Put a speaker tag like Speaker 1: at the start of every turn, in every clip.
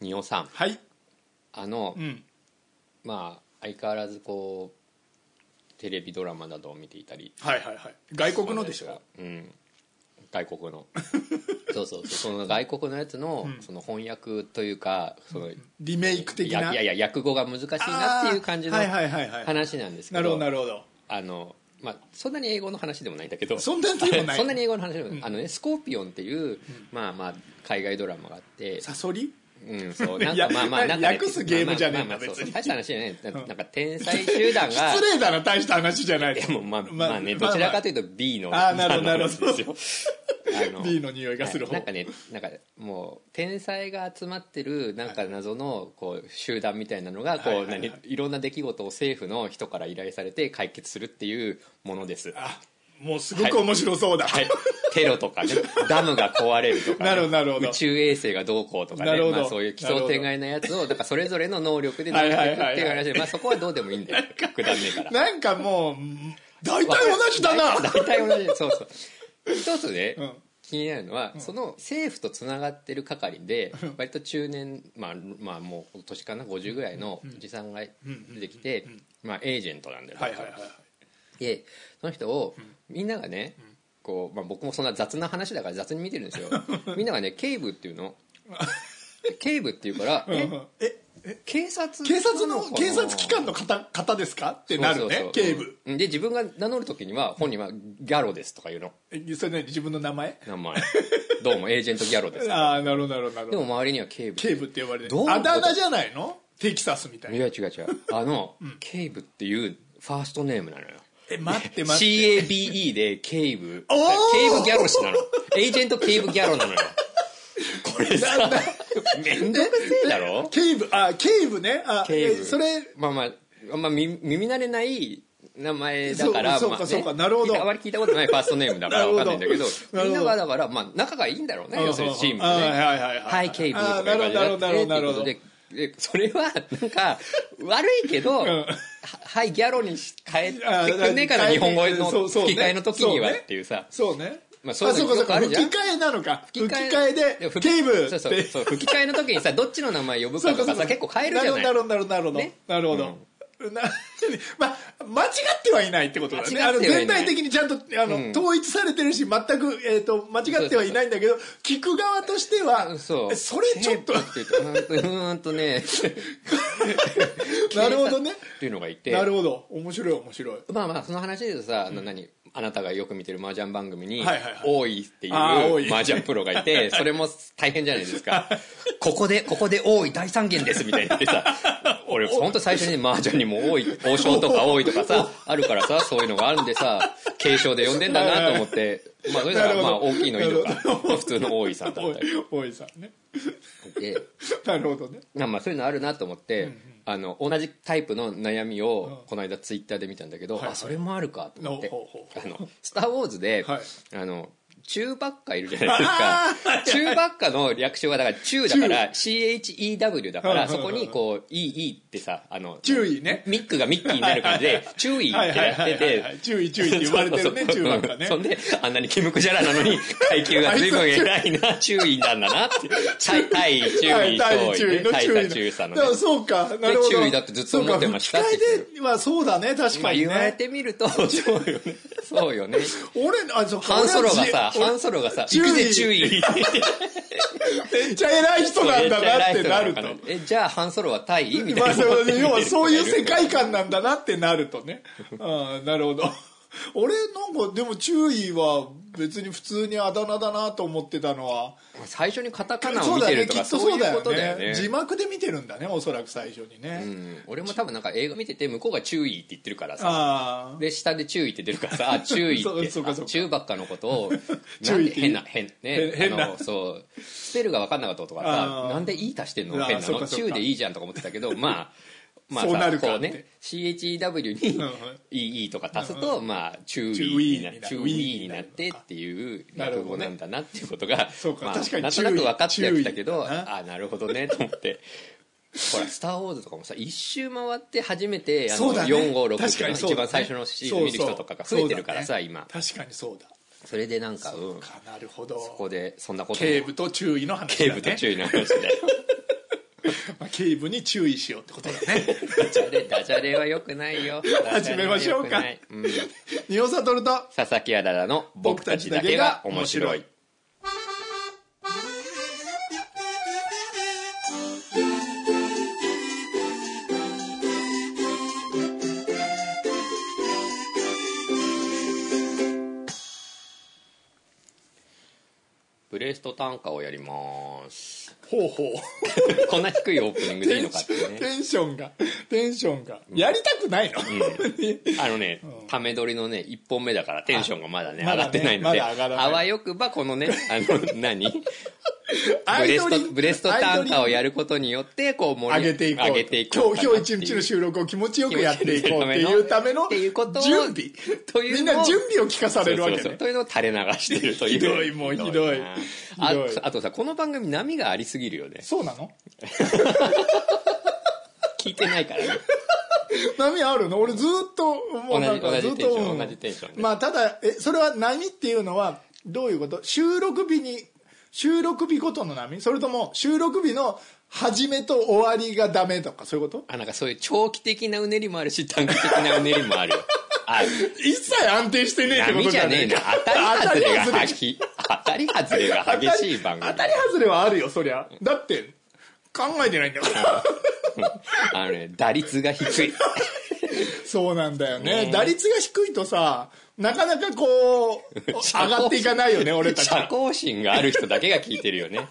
Speaker 1: 二尾さん
Speaker 2: はい
Speaker 1: あの、
Speaker 2: うん
Speaker 1: まあ相変わらずこうテレビドラマなどを見ていたり
Speaker 2: はいはいはい外国のでしょ
Speaker 1: うん外国の そうそうそうその外国のやつの,、その翻訳というかその、
Speaker 2: リメイク的
Speaker 1: や
Speaker 2: ない
Speaker 1: やいや訳語が難しいなっていう感じの
Speaker 2: あーはいはいはいはい
Speaker 1: 話なんですけ
Speaker 2: なるほ
Speaker 1: ど
Speaker 2: どなるほど
Speaker 1: あのまあそんなに英語の話でもないんだけど
Speaker 2: そんなにでもな い
Speaker 1: そんなに英語の話でもない、あのねスコーピオンっていう、まあまあ海外ドラマがあって
Speaker 2: サソリ
Speaker 1: うん、そう
Speaker 2: い
Speaker 1: なん
Speaker 2: や
Speaker 1: かまあまあなんか、
Speaker 2: 略すゲームじゃねえん
Speaker 1: ま
Speaker 2: だ
Speaker 1: あまあまあ
Speaker 2: 別に
Speaker 1: そう大した話じゃないななんか天才集団が
Speaker 2: 失礼だな大した話じゃない
Speaker 1: でもまあまあねどちらかというと B の
Speaker 2: あーなるほどなるほど
Speaker 1: なんですよあの
Speaker 2: B の匂いがする方
Speaker 1: なんかねなんかもう天才が集まってるなんか謎のこう集団みたいなのがこう、
Speaker 2: はいはいはい
Speaker 1: 何いろんな出来事を政府の人から依頼されて解決するっていうものです
Speaker 2: あもうすごく面白そうだ、
Speaker 1: はい、 テロとかね、ダムが壊れるとか、ね、
Speaker 2: なるほどなるほど
Speaker 1: 宇宙衛星がどうこうとか
Speaker 2: な
Speaker 1: ね
Speaker 2: るほ、ど
Speaker 1: まあ、そういう奇想天外なやつを、だからそれぞれの能力で乗
Speaker 2: は
Speaker 1: り
Speaker 2: い
Speaker 1: 抜くって
Speaker 2: はい
Speaker 1: いう
Speaker 2: はいはい
Speaker 1: 話で、まあそこはどうでもいいんだよ。くだんねえから。
Speaker 2: なんかもう大体同じだな
Speaker 1: 大体同じ。そうそう。一つね、
Speaker 2: うん
Speaker 1: 気になるのは、その政府とつながってる係で、割と中年、まあ、まあもう年かな、50ぐらいのおじさんが出てきて、まあエージェントなんだよ。
Speaker 2: はいはいはいはい
Speaker 1: でその人をみんながね、こうまあ、僕もそんな雑な話だから雑に見てるんです よみんながね警部っていうの警部っていうから、え
Speaker 2: え
Speaker 1: 警察
Speaker 2: 警察
Speaker 1: な
Speaker 2: の
Speaker 1: かな
Speaker 2: 警察機関の方方ですかってな
Speaker 1: そ
Speaker 2: るね
Speaker 1: うそうそう
Speaker 2: 警部
Speaker 1: うんで自分が名乗る時には本人はギャロですとか言うの
Speaker 2: えそれ何自分の名前
Speaker 1: 名 前どうもエージェントギャロです
Speaker 2: ああなるほどなるほどなるほ
Speaker 1: で
Speaker 2: ど
Speaker 1: も周りには警部
Speaker 2: 警部って呼ばれて
Speaker 1: どういう
Speaker 2: る
Speaker 1: こ
Speaker 2: あ
Speaker 1: と
Speaker 2: だ名じゃないのテキサスみたい
Speaker 1: い
Speaker 2: な
Speaker 1: や違う違うあの、警部っていうファーストネームなのよ
Speaker 2: え待って待って
Speaker 1: CABE でケイブ。ケ
Speaker 2: おー
Speaker 1: イブギャロ氏なの。エージェントケイブギャロなのよ。これさ
Speaker 2: なんだ、
Speaker 1: めんどくせえだろ
Speaker 2: 警部あ警部ねあ
Speaker 1: ケイブ。
Speaker 2: えそれ
Speaker 1: まあまあ、あんま耳耳慣れない名前だから、
Speaker 2: そう
Speaker 1: まあね
Speaker 2: そうかそうかなるほど
Speaker 1: 聞いたあまり聞いたことないファーストネームだから
Speaker 2: なる
Speaker 1: わか
Speaker 2: ほど
Speaker 1: んないんだけど、
Speaker 2: なる
Speaker 1: み
Speaker 2: ほど
Speaker 1: んながだから、まあ仲がいいんだろうね、要するにチーム
Speaker 2: あ
Speaker 1: でね。
Speaker 2: はいはいはいはい
Speaker 1: はい、ケイブとか
Speaker 2: あなるほどなるほどなるほどなるほど
Speaker 1: で、でそれは、なんか、悪いけど、ははい、ギャロにし変えてくんねえかな、
Speaker 2: あ
Speaker 1: 日本語の
Speaker 2: そうそうね
Speaker 1: 吹き替えの時には
Speaker 2: そうね
Speaker 1: っていうさ。
Speaker 2: そうね。
Speaker 1: まあそういうの
Speaker 2: あそうかそう
Speaker 1: よく
Speaker 2: か
Speaker 1: ある
Speaker 2: 吹
Speaker 1: じ
Speaker 2: き
Speaker 1: ゃん
Speaker 2: 替えなのか。吹き替えで、警部
Speaker 1: そう
Speaker 2: っ
Speaker 1: そう
Speaker 2: て。
Speaker 1: そう吹き替えの時にさどっちの名前呼ぶかとかさ結構変えるじゃない
Speaker 2: なるほど、なるほど、なるほど
Speaker 1: ね。
Speaker 2: なるほど。なまあ、間違ってはいないってことだね。
Speaker 1: 間
Speaker 2: あ
Speaker 1: 違
Speaker 2: の
Speaker 1: ってはい
Speaker 2: 全
Speaker 1: ない
Speaker 2: 体的にちゃんとあの、
Speaker 1: うん
Speaker 2: 統一されてるし、全く、えっと間違ってはいないんだけど、聞く側としては、
Speaker 1: そう
Speaker 2: えそれちょっと、
Speaker 1: ケイブって言うとうーんうーんと ね
Speaker 2: なるほど
Speaker 1: 警察
Speaker 2: ね
Speaker 1: っていうのがいて
Speaker 2: なるほど、面白い、面白い。
Speaker 1: まあまあその話で言うとさ、あの何あなたがよく見てる麻雀番組に
Speaker 2: はいはいはい
Speaker 1: 「多い」ってい
Speaker 2: あー多
Speaker 1: う
Speaker 2: い
Speaker 1: 麻雀プロがい てそれも大変じゃないですか「ここでここで多い大三元です」みたいに言って さ俺本当最初に麻雀にも多い王将とか多いとかさあるからさそういうのがあるんでさ継承で呼んでんだなと思ってまあそれならまあ大きいのいいのか
Speaker 2: なるほど
Speaker 1: 普通の多いさんだ
Speaker 2: お
Speaker 1: っ
Speaker 2: い
Speaker 1: た り、
Speaker 2: おいさんね。
Speaker 1: で。
Speaker 2: なるほどね。
Speaker 1: まあまあそういうのあるなと思って、あの同じタイプの悩みをこの間ツイッターで見たんだけど、
Speaker 2: はいはい
Speaker 1: あそれもあるかと思って
Speaker 2: ほうほ
Speaker 1: 「
Speaker 2: うほ
Speaker 1: あのスター・ウォーズで」
Speaker 2: はい
Speaker 1: あの中ばっかいるじゃないですか中ばっかの略称はだから中だから CHEW だか
Speaker 2: はい
Speaker 1: ら
Speaker 2: はいは
Speaker 1: そこ
Speaker 2: い
Speaker 1: にこう「EE」ってさあの
Speaker 2: 注意ね。
Speaker 1: ミックがミッキーになる感じで「注意」って
Speaker 2: はいはい
Speaker 1: やっ
Speaker 2: は
Speaker 1: て
Speaker 2: いはい
Speaker 1: て
Speaker 2: はい。注意注意って言われてるね、中学がね
Speaker 1: そ。んで、あんなにキムクジャラなのに、階級が随分偉いな、注意なんだなって。対、対、注意、
Speaker 2: 対
Speaker 1: 注
Speaker 2: 注
Speaker 1: 意、
Speaker 2: 意の
Speaker 1: 対、
Speaker 2: 注意
Speaker 1: 対、
Speaker 2: の
Speaker 1: 注意さんの
Speaker 2: だか
Speaker 1: ね
Speaker 2: ら。そうかなるほど
Speaker 1: 注意だってずっと思ってました
Speaker 2: そうか吹き替えではそうだね確
Speaker 1: ま
Speaker 2: か
Speaker 1: あ
Speaker 2: に
Speaker 1: 言われ
Speaker 2: ね
Speaker 1: てみると、そうよね。そうよね。
Speaker 2: 俺あそう
Speaker 1: ハンソロが
Speaker 2: 俺
Speaker 1: さ
Speaker 2: は、
Speaker 1: ハンソロがさ、行
Speaker 2: 注意
Speaker 1: くぜ注意って言って。
Speaker 2: めっちゃ偉い人なんだなってなる
Speaker 1: めっちゃ偉い人
Speaker 2: と
Speaker 1: のかえ、じゃあハンソロは対みた
Speaker 2: ま
Speaker 1: い
Speaker 2: あ
Speaker 1: な。
Speaker 2: そう 要はそういう世界観なんだなってなるとねああなるほど 俺なんかでも注意は別に普通にあだ名だなと思ってたのは
Speaker 1: 最初にカタカナを
Speaker 2: そう
Speaker 1: 見
Speaker 2: だ
Speaker 1: て
Speaker 2: よね
Speaker 1: る
Speaker 2: き
Speaker 1: と
Speaker 2: っと
Speaker 1: か、
Speaker 2: そ
Speaker 1: そううい
Speaker 2: だ
Speaker 1: うこ
Speaker 2: よ
Speaker 1: とだよ
Speaker 2: ね
Speaker 1: ね。
Speaker 2: 字幕で見てるんだねおそらく最初にね、
Speaker 1: うん俺も多分なんか映画見てて、向こうが注意って言ってるからさ。
Speaker 2: ああ
Speaker 1: で下で注意って出るからさあ注意っ
Speaker 2: そう
Speaker 1: て
Speaker 2: そうかそう
Speaker 1: あ
Speaker 2: か
Speaker 1: 注意ばっかのこと を
Speaker 2: 注意って
Speaker 1: なんで変な変ね
Speaker 2: へ変な
Speaker 1: あのそうスペルが分かんなかったとか
Speaker 2: あ
Speaker 1: さ
Speaker 2: ー
Speaker 1: なんで「い」足してんの
Speaker 2: あー
Speaker 1: 変な
Speaker 2: そう
Speaker 1: の
Speaker 2: かそうか
Speaker 1: 注意でいいじゃんとか思ってたけどまあまあ
Speaker 2: そうなるか
Speaker 1: こ
Speaker 2: っ
Speaker 1: う
Speaker 2: て
Speaker 1: ね CHEW に
Speaker 2: うんうん
Speaker 1: 「いい」とか足すとまあ注
Speaker 2: 注
Speaker 1: 意
Speaker 2: 意
Speaker 1: にな
Speaker 2: にな
Speaker 1: 注意になってっていう
Speaker 2: なる
Speaker 1: 落
Speaker 2: ほ
Speaker 1: 語
Speaker 2: どね
Speaker 1: なんだなっていうことが
Speaker 2: そうか
Speaker 1: まあ
Speaker 2: 確かに
Speaker 1: なんとなく
Speaker 2: 注意
Speaker 1: 分かってやってたけど
Speaker 2: 注意だな
Speaker 1: あなるほどねと思って。ほ ら「スター・ウォーズ」とかもさ一周回って初めてあの456っていうのが一番最初のシーン見る人とかが増えてるからさ今
Speaker 2: 確かにそうだ
Speaker 1: それでなんかうんこ
Speaker 2: かなるほど
Speaker 1: こでそんなことも
Speaker 2: 警部と注意の話だ、
Speaker 1: 警
Speaker 2: ね、
Speaker 1: 部と注意の話で
Speaker 2: まあ、警部に注意しようってこと だね
Speaker 1: ダジャレ、ダジャレは良くないよ。
Speaker 2: 始めましょうか
Speaker 1: ダジャレは良くないうん
Speaker 2: 仁王悟と
Speaker 1: 佐々木あららの僕たちだけが面白い。ブレスト短歌をやります。
Speaker 2: ほうほう
Speaker 1: こんな低いオープニングでいいのかっていうね。
Speaker 2: テンションがテンションがやりたくないの、
Speaker 1: あのね、ため撮りのね、1本目だからテンションがまだね、
Speaker 2: あま
Speaker 1: 上
Speaker 2: だ
Speaker 1: が
Speaker 2: ね
Speaker 1: ってないので、
Speaker 2: まだ上がらない
Speaker 1: あわよくばこのね、あの、何ブ
Speaker 2: アイ
Speaker 1: レ
Speaker 2: ド
Speaker 1: ス
Speaker 2: リン
Speaker 1: ト、ブレスト短歌をやることによって、こう盛
Speaker 2: 上
Speaker 1: り、
Speaker 2: げていこう
Speaker 1: 上げていこう
Speaker 2: 今日今日一日の収録を気持ちよくやっていこうっていうための
Speaker 1: っていうことを
Speaker 2: 準備
Speaker 1: というのを
Speaker 2: みんな準備を聞かさ
Speaker 1: そ
Speaker 2: れ
Speaker 1: う
Speaker 2: る
Speaker 1: そ
Speaker 2: わ
Speaker 1: う
Speaker 2: け
Speaker 1: そう
Speaker 2: ね
Speaker 1: というのを垂れ流してるという。
Speaker 2: ひどいもうひどい
Speaker 1: な
Speaker 2: ひ
Speaker 1: あ
Speaker 2: どい
Speaker 1: あとさ、この番組波がありすぎるよね。
Speaker 2: そうなの
Speaker 1: 聞いてないからね。
Speaker 2: 波あるの俺ずーっともうなんか
Speaker 1: 同じ同
Speaker 2: ずっ
Speaker 1: じテンション
Speaker 2: とうん
Speaker 1: 同じテンションで
Speaker 2: まあただえそれは波っていうのはどういうこと収録日に収録日ごとの波それとも収録日の始めと終わりがダメとかそういうこと
Speaker 1: あ、なんかそういう長期的なうねりもあるし、短期的なうねりも あるよ。ある。
Speaker 2: 一切安定してねえってこ
Speaker 1: 波
Speaker 2: と
Speaker 1: じゃねえな。当たり外れが
Speaker 2: 当たり外れ
Speaker 1: 激しい、当たり外れが激しい番組
Speaker 2: 当。たり外れはあるよそりゃだって考えてないん だから
Speaker 1: あのね、打率が低い。
Speaker 2: そうなんだよね
Speaker 1: ねえ
Speaker 2: 打率が低いとさなかなかこう 上がっていかないよね俺たち
Speaker 1: 社交心がある人だけが聞いてるよね。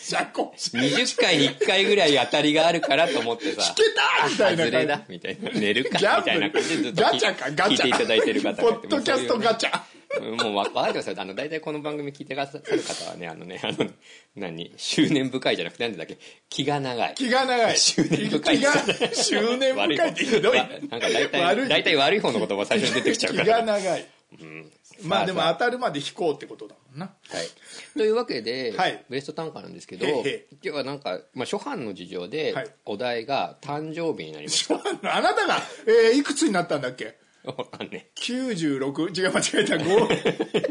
Speaker 2: 社交し
Speaker 1: 20回に1回ぐらい当たりがあるからと思 ってさ
Speaker 2: け。たみたいな
Speaker 1: 外れ
Speaker 2: 感
Speaker 1: だみたいな。寝るか
Speaker 2: じギャン
Speaker 1: み
Speaker 2: ブ
Speaker 1: たいな
Speaker 2: ル
Speaker 1: 感じでずっと
Speaker 2: ガチャかガ
Speaker 1: 聞い
Speaker 2: チ
Speaker 1: ていただいてる方
Speaker 2: ャポ
Speaker 1: がいて
Speaker 2: ッドキャストガチャ
Speaker 1: もうわ分かってくださいあの大体この番組聞いてくださる方はねあのねあの何執念深いじゃなくて何だっけ気が長い
Speaker 2: 気が長い
Speaker 1: 執念深い
Speaker 2: 気が執念深いってひどい
Speaker 1: 悪方なんか大
Speaker 2: 悪い
Speaker 1: 体大体悪い方の言葉最初に出てきちゃう
Speaker 2: 気
Speaker 1: から
Speaker 2: が長いまあでも
Speaker 1: さ
Speaker 2: 当たるまで引こうってことだもんな
Speaker 1: はい、というわけで、
Speaker 2: はい
Speaker 1: ウエスト短歌なんですけど
Speaker 2: へ
Speaker 1: 今
Speaker 2: えへ
Speaker 1: 日はなんか、まあ、初版の事情で、
Speaker 2: はい
Speaker 1: お題が誕生日になりまし
Speaker 2: ちょあなたがえーいくつになったんだっけ
Speaker 1: たわかんね
Speaker 2: 96? 違う間違えた 5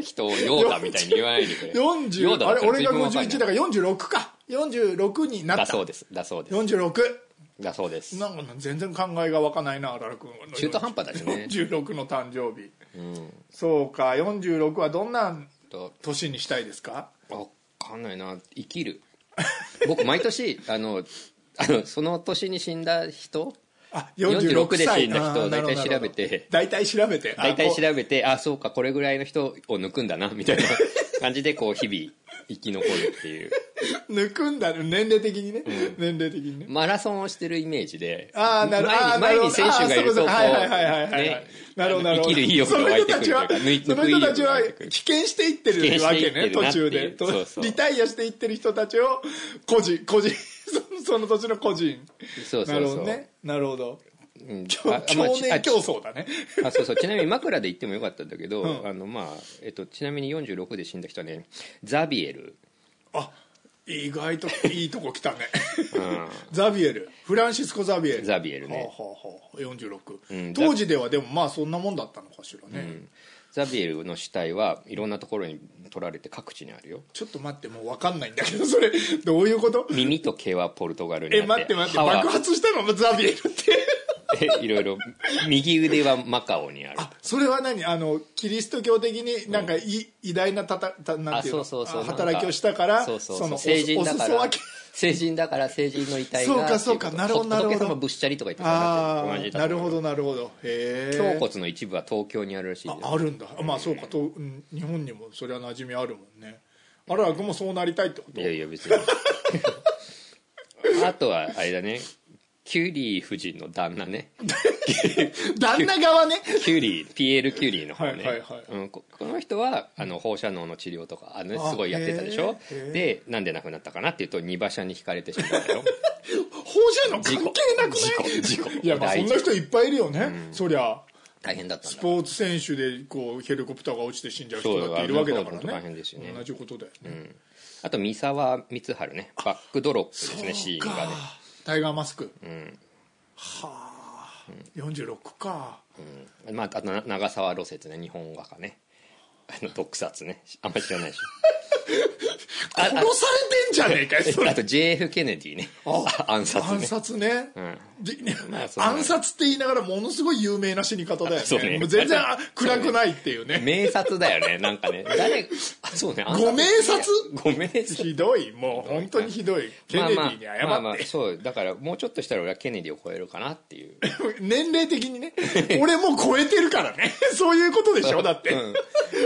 Speaker 1: 人をヨーダみたいに言わないでくれヨー
Speaker 2: 40
Speaker 1: ダ
Speaker 2: あ
Speaker 1: だっ
Speaker 2: れ
Speaker 1: たら
Speaker 2: 俺
Speaker 1: 随
Speaker 2: が
Speaker 1: 分わかんない
Speaker 2: 51だから46か46にな
Speaker 1: だ
Speaker 2: っ
Speaker 1: そ
Speaker 2: た
Speaker 1: うですだそうです
Speaker 2: 46
Speaker 1: だそうです
Speaker 2: なんか全然考えが湧かないなあらら君は
Speaker 1: 中途半端だしね
Speaker 2: 46の誕生日、そうか46はどんな
Speaker 1: と
Speaker 2: 年にしたいですか
Speaker 1: わかんないな生きる僕毎年 あのあのその年に死んだ人
Speaker 2: あ
Speaker 1: 46で死んだ人
Speaker 2: あーなるほど
Speaker 1: 大体調べて
Speaker 2: 大体調べてあ
Speaker 1: 大体
Speaker 2: こ
Speaker 1: 調べてあそうかこれぐらいの人を抜くんだなみたいな感じでこう日々生き残るっていう
Speaker 2: う抜くんだね年齢的にね、年齢的にね
Speaker 1: マラソンをしてるイメージで
Speaker 2: あーなる
Speaker 1: 前に
Speaker 2: あーな
Speaker 1: 前
Speaker 2: るほ
Speaker 1: に
Speaker 2: ど
Speaker 1: 選手がいるとこう
Speaker 2: あーそういうことはいはいはいはいはい
Speaker 1: ね
Speaker 2: なるほどなるほど
Speaker 1: 生きる意欲が湧いてくるというか
Speaker 2: その
Speaker 1: 抜い
Speaker 2: 人たちはそ
Speaker 1: 抜く意欲
Speaker 2: の人たち
Speaker 1: が
Speaker 2: は
Speaker 1: 湧いてくる
Speaker 2: 棄権していってるわけね
Speaker 1: 棄権し
Speaker 2: 途
Speaker 1: てい
Speaker 2: 中
Speaker 1: ってるなっ
Speaker 2: で
Speaker 1: ていうそうそう
Speaker 2: リタイアしていってる人たちを個 人個人そのその年の個人
Speaker 1: そうそうそう
Speaker 2: なるほどねなるほど
Speaker 1: うん
Speaker 2: 競
Speaker 1: あまあちあ
Speaker 2: 年競争だね
Speaker 1: あそうそうちなみに枕で言ってもよかったんだけど、
Speaker 2: うん
Speaker 1: あのまあえっと、ちなみに46で死んだ人はねザビエル、
Speaker 2: あ意外といいとこ来たね
Speaker 1: うん、
Speaker 2: ザビエルフランシスコ・ザビエル
Speaker 1: ザビエル
Speaker 2: は
Speaker 1: ね
Speaker 2: あはあはあ46、
Speaker 1: うん
Speaker 2: 当時ではでもまあそんなもんだったのかしらね、
Speaker 1: ザビエルの死体はいろんなところに取られて各地にあるよ
Speaker 2: ちょっと待ってもう分かんないんだけどそれ どういうこと
Speaker 1: 耳と毛はポルトガルにあ
Speaker 2: え待って待って
Speaker 1: 歯は
Speaker 2: 爆発したのザビエルって
Speaker 1: えいろいろ右腕はマカオにある
Speaker 2: あそれは何あのキリスト教的になんかい、偉大なたたたなんていうの
Speaker 1: あそうそうそう
Speaker 2: あ
Speaker 1: なんか
Speaker 2: 働きをしたから
Speaker 1: そうそう
Speaker 2: そ
Speaker 1: そう
Speaker 2: のお
Speaker 1: 成人だか
Speaker 2: お裾
Speaker 1: ら
Speaker 2: 分け
Speaker 1: 成人だから成人の遺体が
Speaker 2: そうかそうか
Speaker 1: ってい
Speaker 2: なるほどなるほど
Speaker 1: 仏様ぶっしゃりとか言って
Speaker 2: あ
Speaker 1: 同
Speaker 2: あ
Speaker 1: じ
Speaker 2: な
Speaker 1: だと
Speaker 2: る
Speaker 1: 思
Speaker 2: ほ
Speaker 1: う
Speaker 2: どなるほどへえ
Speaker 1: 胸骨の一部は東京にあるらしいよ
Speaker 2: ああるんだあまあそうかとうん日本にもそれは馴染みあるもんねあら僕もそうなりたいってこと
Speaker 1: いやいや 別にあとはあれだねキュリー夫人の旦那ね
Speaker 2: 旦那側ね
Speaker 1: キュリーピエール・キュリーの方ね、
Speaker 2: はいはいはい
Speaker 1: うん、ここの人はあの放射能の治療とかあの、ね、
Speaker 2: あ
Speaker 1: すごいやってたでしょ
Speaker 2: へー
Speaker 1: でなんで亡くなったかなっていうと二馬車にひかれて死んだんだよ
Speaker 2: 放射能関係なくない
Speaker 1: 事故事故
Speaker 2: いやまあそんな人いっぱいいるよねそりゃ
Speaker 1: 大変だったん
Speaker 2: ス
Speaker 1: だ
Speaker 2: ポーツ選手でこうヘリコプターが落ちて死んじゃう人だっているわけだから
Speaker 1: そうだからね本当
Speaker 2: ね
Speaker 1: 大変ですよね
Speaker 2: 同じことだよね
Speaker 1: あと三沢光晴ねバックドロップですねシーンがね
Speaker 2: かタイガーマスクはあ46か
Speaker 1: うんまあ、あ とな長沢露雪ね日本画家ねあの特撮ねあんまり知らないでしょ
Speaker 2: 殺されてんじゃね えかよそ
Speaker 1: あ
Speaker 2: れ
Speaker 1: と JF ケネディね。
Speaker 2: あ
Speaker 1: 暗殺
Speaker 2: 暗
Speaker 1: ね。
Speaker 2: 殺ね、
Speaker 1: ん
Speaker 2: で
Speaker 1: まあそう
Speaker 2: 暗殺って言いながらものすごい有名な死に方だよ
Speaker 1: そう
Speaker 2: ね
Speaker 1: ね
Speaker 2: もう全然あ暗くないっていうね
Speaker 1: 名殺だ よね、なんかね。誰、あそうね、暗
Speaker 2: ご名殺
Speaker 1: ご名殺。
Speaker 2: ひどいもう本当にひどいケネディに謝っ
Speaker 1: まあ
Speaker 2: て、
Speaker 1: まあまあまあそうだからもうちょっとしたら俺はケネディを超えるかなっていう
Speaker 2: 年齢的にね俺もう超えてるからね そういうことでしょだって、
Speaker 1: うん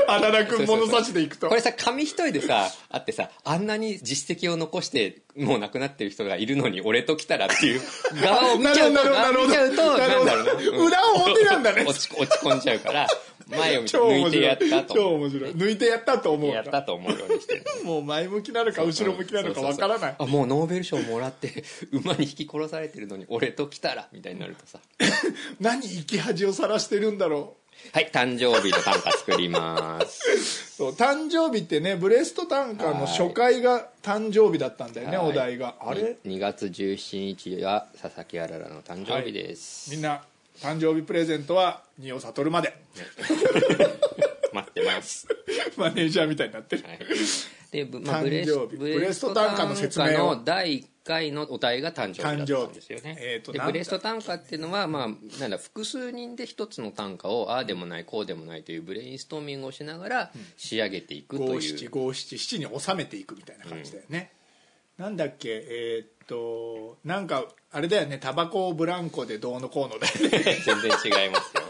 Speaker 2: あだ名君 物差しでいくと
Speaker 1: これさ紙一重でさあってさあんなに実績を残してもう亡くなってる人がいるのに俺と来たらっ ていう側を見
Speaker 2: な
Speaker 1: ち
Speaker 2: る
Speaker 1: ゃ
Speaker 2: ほど
Speaker 1: う
Speaker 2: な
Speaker 1: と
Speaker 2: るほどなる
Speaker 1: 側
Speaker 2: ほ
Speaker 1: を見ちゃうとなんだろう
Speaker 2: どなるほ
Speaker 1: な
Speaker 2: ど裏表なんだね
Speaker 1: 落ち落ち込んじゃうから前を見て
Speaker 2: 超
Speaker 1: 抜
Speaker 2: 面
Speaker 1: いてや
Speaker 2: 白い
Speaker 1: ったと
Speaker 2: 超
Speaker 1: 思
Speaker 2: 面白い抜いてやったと思
Speaker 1: う
Speaker 2: う
Speaker 1: やったと思うようにしてる
Speaker 2: もう前向きなのか後ろ向きなのかわからない
Speaker 1: あもうノーベル賞もらって 馬に引き殺されてるのに俺と来たらみたいになるとさ
Speaker 2: 何生き恥をさらしてるんだろ
Speaker 1: はい誕生日の短歌作ります
Speaker 2: うそう誕生日ってねブレスト短歌の初回が誕生日だったんだよね
Speaker 1: はい
Speaker 2: お題があれ
Speaker 1: 2月17日は佐々木あららの誕生日です、
Speaker 2: みんな誕生日プレゼントは二を悟るまで
Speaker 1: 待ってます、
Speaker 2: マネージャーみたいになってる
Speaker 1: はい、でぶ、まあ、ブレス
Speaker 2: 誕生日ブレスト短歌の説明を
Speaker 1: ブレスト短歌の第1回のお題が誕生日だったんですよ
Speaker 2: 誕
Speaker 1: ね
Speaker 2: 生、日えーと
Speaker 1: で
Speaker 2: なん
Speaker 1: ブレスト短歌っていうのは、まあ、なんだ複数人で一つの短歌をああでもないこうでもないというブレインストーミングをしながら仕上げていくという、
Speaker 2: 五七五七七に収めていくみたいな感じだよね、なんだっけえーっとなんかあれだよねタバコをブランコでどうのこうのだよね
Speaker 1: 全然違いますよ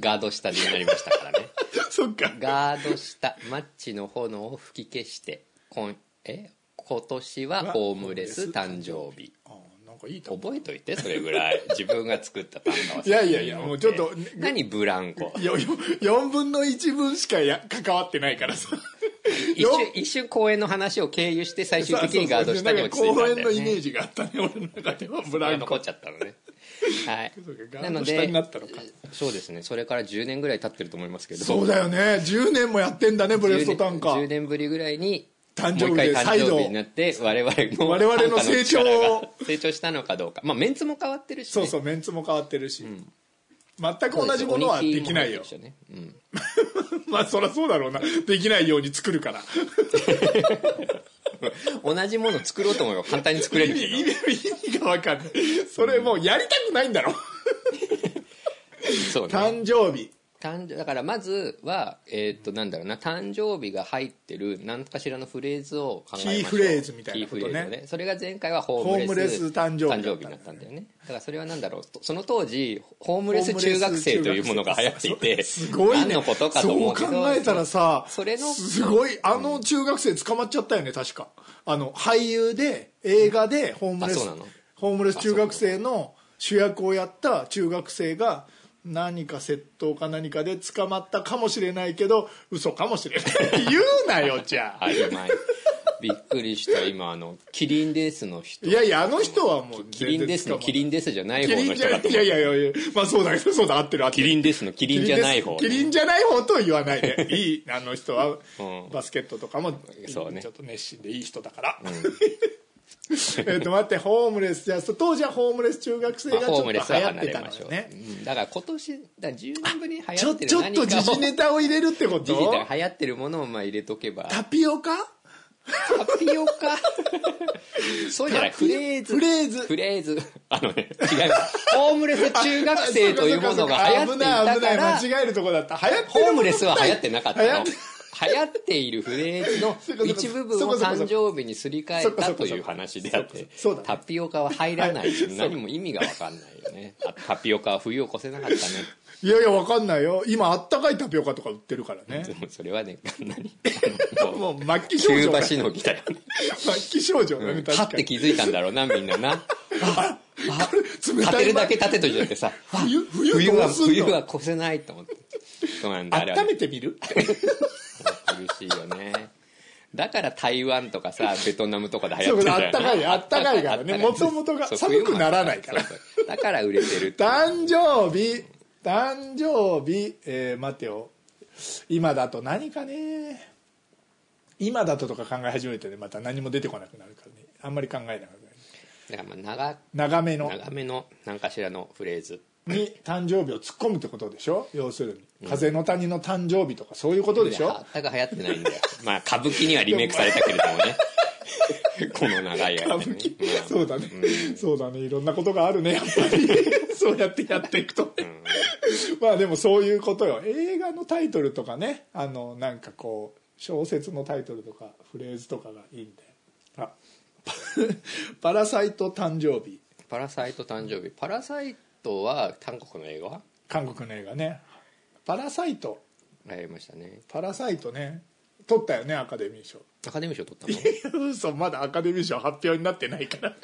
Speaker 1: ガード下になりましたからね
Speaker 2: そっか
Speaker 1: ガード下マッチの炎を吹き消してこんえ今年はホームレス誕生日
Speaker 2: あーなんかいいタバコ
Speaker 1: 覚えといてそれぐらい自分が作った短歌は
Speaker 2: いやいやいやもうちょっと
Speaker 1: 何ブランコ
Speaker 2: よよ4分の1分しかや関わってないからさ
Speaker 1: 一瞬一瞬公園の話を経由して最終的にガード下に落ち着いたんだ
Speaker 2: 公
Speaker 1: よ
Speaker 2: 園
Speaker 1: ね
Speaker 2: のイメージがあったね俺の中 ではブラン
Speaker 1: 残
Speaker 2: コ
Speaker 1: っちゃったのねはい
Speaker 2: そうかガ
Speaker 1: な
Speaker 2: ー
Speaker 1: の
Speaker 2: ド下
Speaker 1: で
Speaker 2: になったのか
Speaker 1: そうですねそれから10年ぐらい経ってると思いますけど
Speaker 2: そうだよね10年もやってんだねブレスト短歌
Speaker 1: 10年ぶりぐらいに
Speaker 2: 誕生日で
Speaker 1: もう一回
Speaker 2: 再
Speaker 1: 誕
Speaker 2: 度
Speaker 1: 生日になって我々の
Speaker 2: 我々の
Speaker 1: 短歌
Speaker 2: 成長を
Speaker 1: 力が成長したのかどうかまあメンツも変わってるし、ね、
Speaker 2: そうそうメンツも変わってるし、全く同じものはできないよ
Speaker 1: そうです鬼金も入ってるしねうん
Speaker 2: まあそりゃそうだろうなできないように作 るから
Speaker 1: 同じもの作ろうと思えば簡単に作れるけ
Speaker 2: 意味が分かんないそれもうやりたくないんだろ
Speaker 1: どそうね
Speaker 2: 誕生日
Speaker 1: 誕生だからまずはえーっとなんだろうな誕生日が入ってる何かしらのフレーズを考えましょう
Speaker 2: キーフレーズみたいなことね
Speaker 1: キーフレーズをそれが前回はホームレス
Speaker 2: ホームレス誕生日だったんだよね
Speaker 1: だったんだよねだからそれはなんだろうとその当時ホームレス中学生というものが流行っていて
Speaker 2: すごいね
Speaker 1: 何のことかと思うけど
Speaker 2: そう考えたらさ
Speaker 1: それの
Speaker 2: すごいあの中学生捕まっちゃったよね確かあの俳優で映画でホームレ
Speaker 1: あそ
Speaker 2: ス
Speaker 1: うなの
Speaker 2: ホームレス中学生の主役をやった中学生が何か窃盗か何かで捕まったかもしれないけど嘘かもしれない言うなよじ ゃあ
Speaker 1: 曖昧びっくりした今あのキリンですの人
Speaker 2: いやいやあの人はもう
Speaker 1: キリンですのキリ
Speaker 2: ン
Speaker 1: ンですじゃない
Speaker 2: キ
Speaker 1: 方
Speaker 2: リ
Speaker 1: の
Speaker 2: ンじゃ
Speaker 1: 人
Speaker 2: な
Speaker 1: か
Speaker 2: い
Speaker 1: と思
Speaker 2: い
Speaker 1: っ
Speaker 2: やい
Speaker 1: た
Speaker 2: やいやいやまあそうだそうだ合ってる合って
Speaker 1: キ
Speaker 2: る
Speaker 1: リンですのキリンじゃない方
Speaker 2: キリンじゃない方とは言わない でいいあの人は
Speaker 1: うん
Speaker 2: バスケットとかもち
Speaker 1: そ
Speaker 2: ょ
Speaker 1: うね
Speaker 2: っと熱心でいい人だから、 えっと待ってホームレスじゃあ当時はホームレス中学生
Speaker 1: ま
Speaker 2: が
Speaker 1: あ
Speaker 2: ちょっ
Speaker 1: ホー
Speaker 2: と
Speaker 1: ム
Speaker 2: 流
Speaker 1: レ
Speaker 2: 行っ
Speaker 1: スは離
Speaker 2: て
Speaker 1: れ
Speaker 2: た
Speaker 1: ましょ
Speaker 2: の
Speaker 1: う、
Speaker 2: ね
Speaker 1: うんだから今年だから10年ぶりに流
Speaker 2: ち
Speaker 1: 行
Speaker 2: ょ
Speaker 1: って
Speaker 2: ち
Speaker 1: る
Speaker 2: ょっと
Speaker 1: 何か
Speaker 2: 時
Speaker 1: を
Speaker 2: 事ネタを入れるってこ
Speaker 1: 時事
Speaker 2: と
Speaker 1: だ流行ってるものをまあ入れとけば
Speaker 2: タピオカ
Speaker 1: タピオカそうじゃないフレーズ
Speaker 2: フレーズ
Speaker 1: フレーズあのね違いますホームレス中学生というものが流行ってい
Speaker 2: あ
Speaker 1: た
Speaker 2: そ
Speaker 1: か
Speaker 2: うかそうかそうか危ない危
Speaker 1: ら
Speaker 2: ない間違えるとこだった流行ってる
Speaker 1: ホームレスは流行ってなかったの
Speaker 2: 流行っ
Speaker 1: 流行っているフレーズ の一部分を誕生日にすり替えたという話であって
Speaker 2: そうかそうかそうかそうだ
Speaker 1: タピオカは入らないし何も意味が分かんないよねあタピオカは冬を越せなかったね
Speaker 2: いやいやわかんないよ今あったかいタピオカとか売ってるからね
Speaker 1: でもそれはね何
Speaker 2: もう末期
Speaker 1: キュ
Speaker 2: 症
Speaker 1: ー
Speaker 2: 状
Speaker 1: バ
Speaker 2: だ
Speaker 1: しのぎだよね
Speaker 2: 末期症状だね
Speaker 1: 立っ
Speaker 2: 確か
Speaker 1: て
Speaker 2: に
Speaker 1: 気づいたんだろうなみんな な
Speaker 2: あ冷
Speaker 1: 立
Speaker 2: た
Speaker 1: て
Speaker 2: い
Speaker 1: るだけ立てといてってさ
Speaker 2: 冬冬
Speaker 1: 冬は
Speaker 2: どうすんの
Speaker 1: 冬は越せないと思ってそうなんだあれは
Speaker 2: 温めてみる
Speaker 1: 苦しいよねだから台湾とかさベトナムとかで流行
Speaker 2: そ
Speaker 1: っ
Speaker 2: う
Speaker 1: て
Speaker 2: あ
Speaker 1: る
Speaker 2: っ
Speaker 1: んだ
Speaker 2: た
Speaker 1: よ
Speaker 2: かい
Speaker 1: ね
Speaker 2: あったかいからね
Speaker 1: あっ
Speaker 2: も
Speaker 1: たか
Speaker 2: と
Speaker 1: い
Speaker 2: もとが
Speaker 1: そう
Speaker 2: 寒くならないから
Speaker 1: そうそうだから売れてるって
Speaker 2: 誕生日誕生日えー待てよ今だと何かね今だととか考え始めてねまた何も出てこなくなるからねあんまり考えなくなる
Speaker 1: だからまあ長
Speaker 2: 長めの
Speaker 1: 長めの何かしらのフレーズ
Speaker 2: に誕生日を突っ込むってことでしょ要するに風の谷の誕生日とかそういうことでしょ
Speaker 1: 全く流行ってないんだよ。まあ、歌舞伎にはリメイクされたけれども ね。この長い
Speaker 2: 歌
Speaker 1: 間
Speaker 2: 舞
Speaker 1: ね。
Speaker 2: 伎
Speaker 1: まあ
Speaker 2: そうだねそうだねいろんなことがあるねやっぱり そうやってやっていくとね まあでもそういうことよ映画のタイトルとかねあのなんかこう小説のタイトルとかフレーズとかがいいんであ パパラサイト誕生日
Speaker 1: パラサイト誕生日。パラサイトは韓国の映画
Speaker 2: 韓国の映画ねパラサイト
Speaker 1: やりましたね。
Speaker 2: パラサイトね取ったよねアカデミー賞
Speaker 1: アカデミー賞取ったの
Speaker 2: 嘘まだアカデミー賞発表になってないから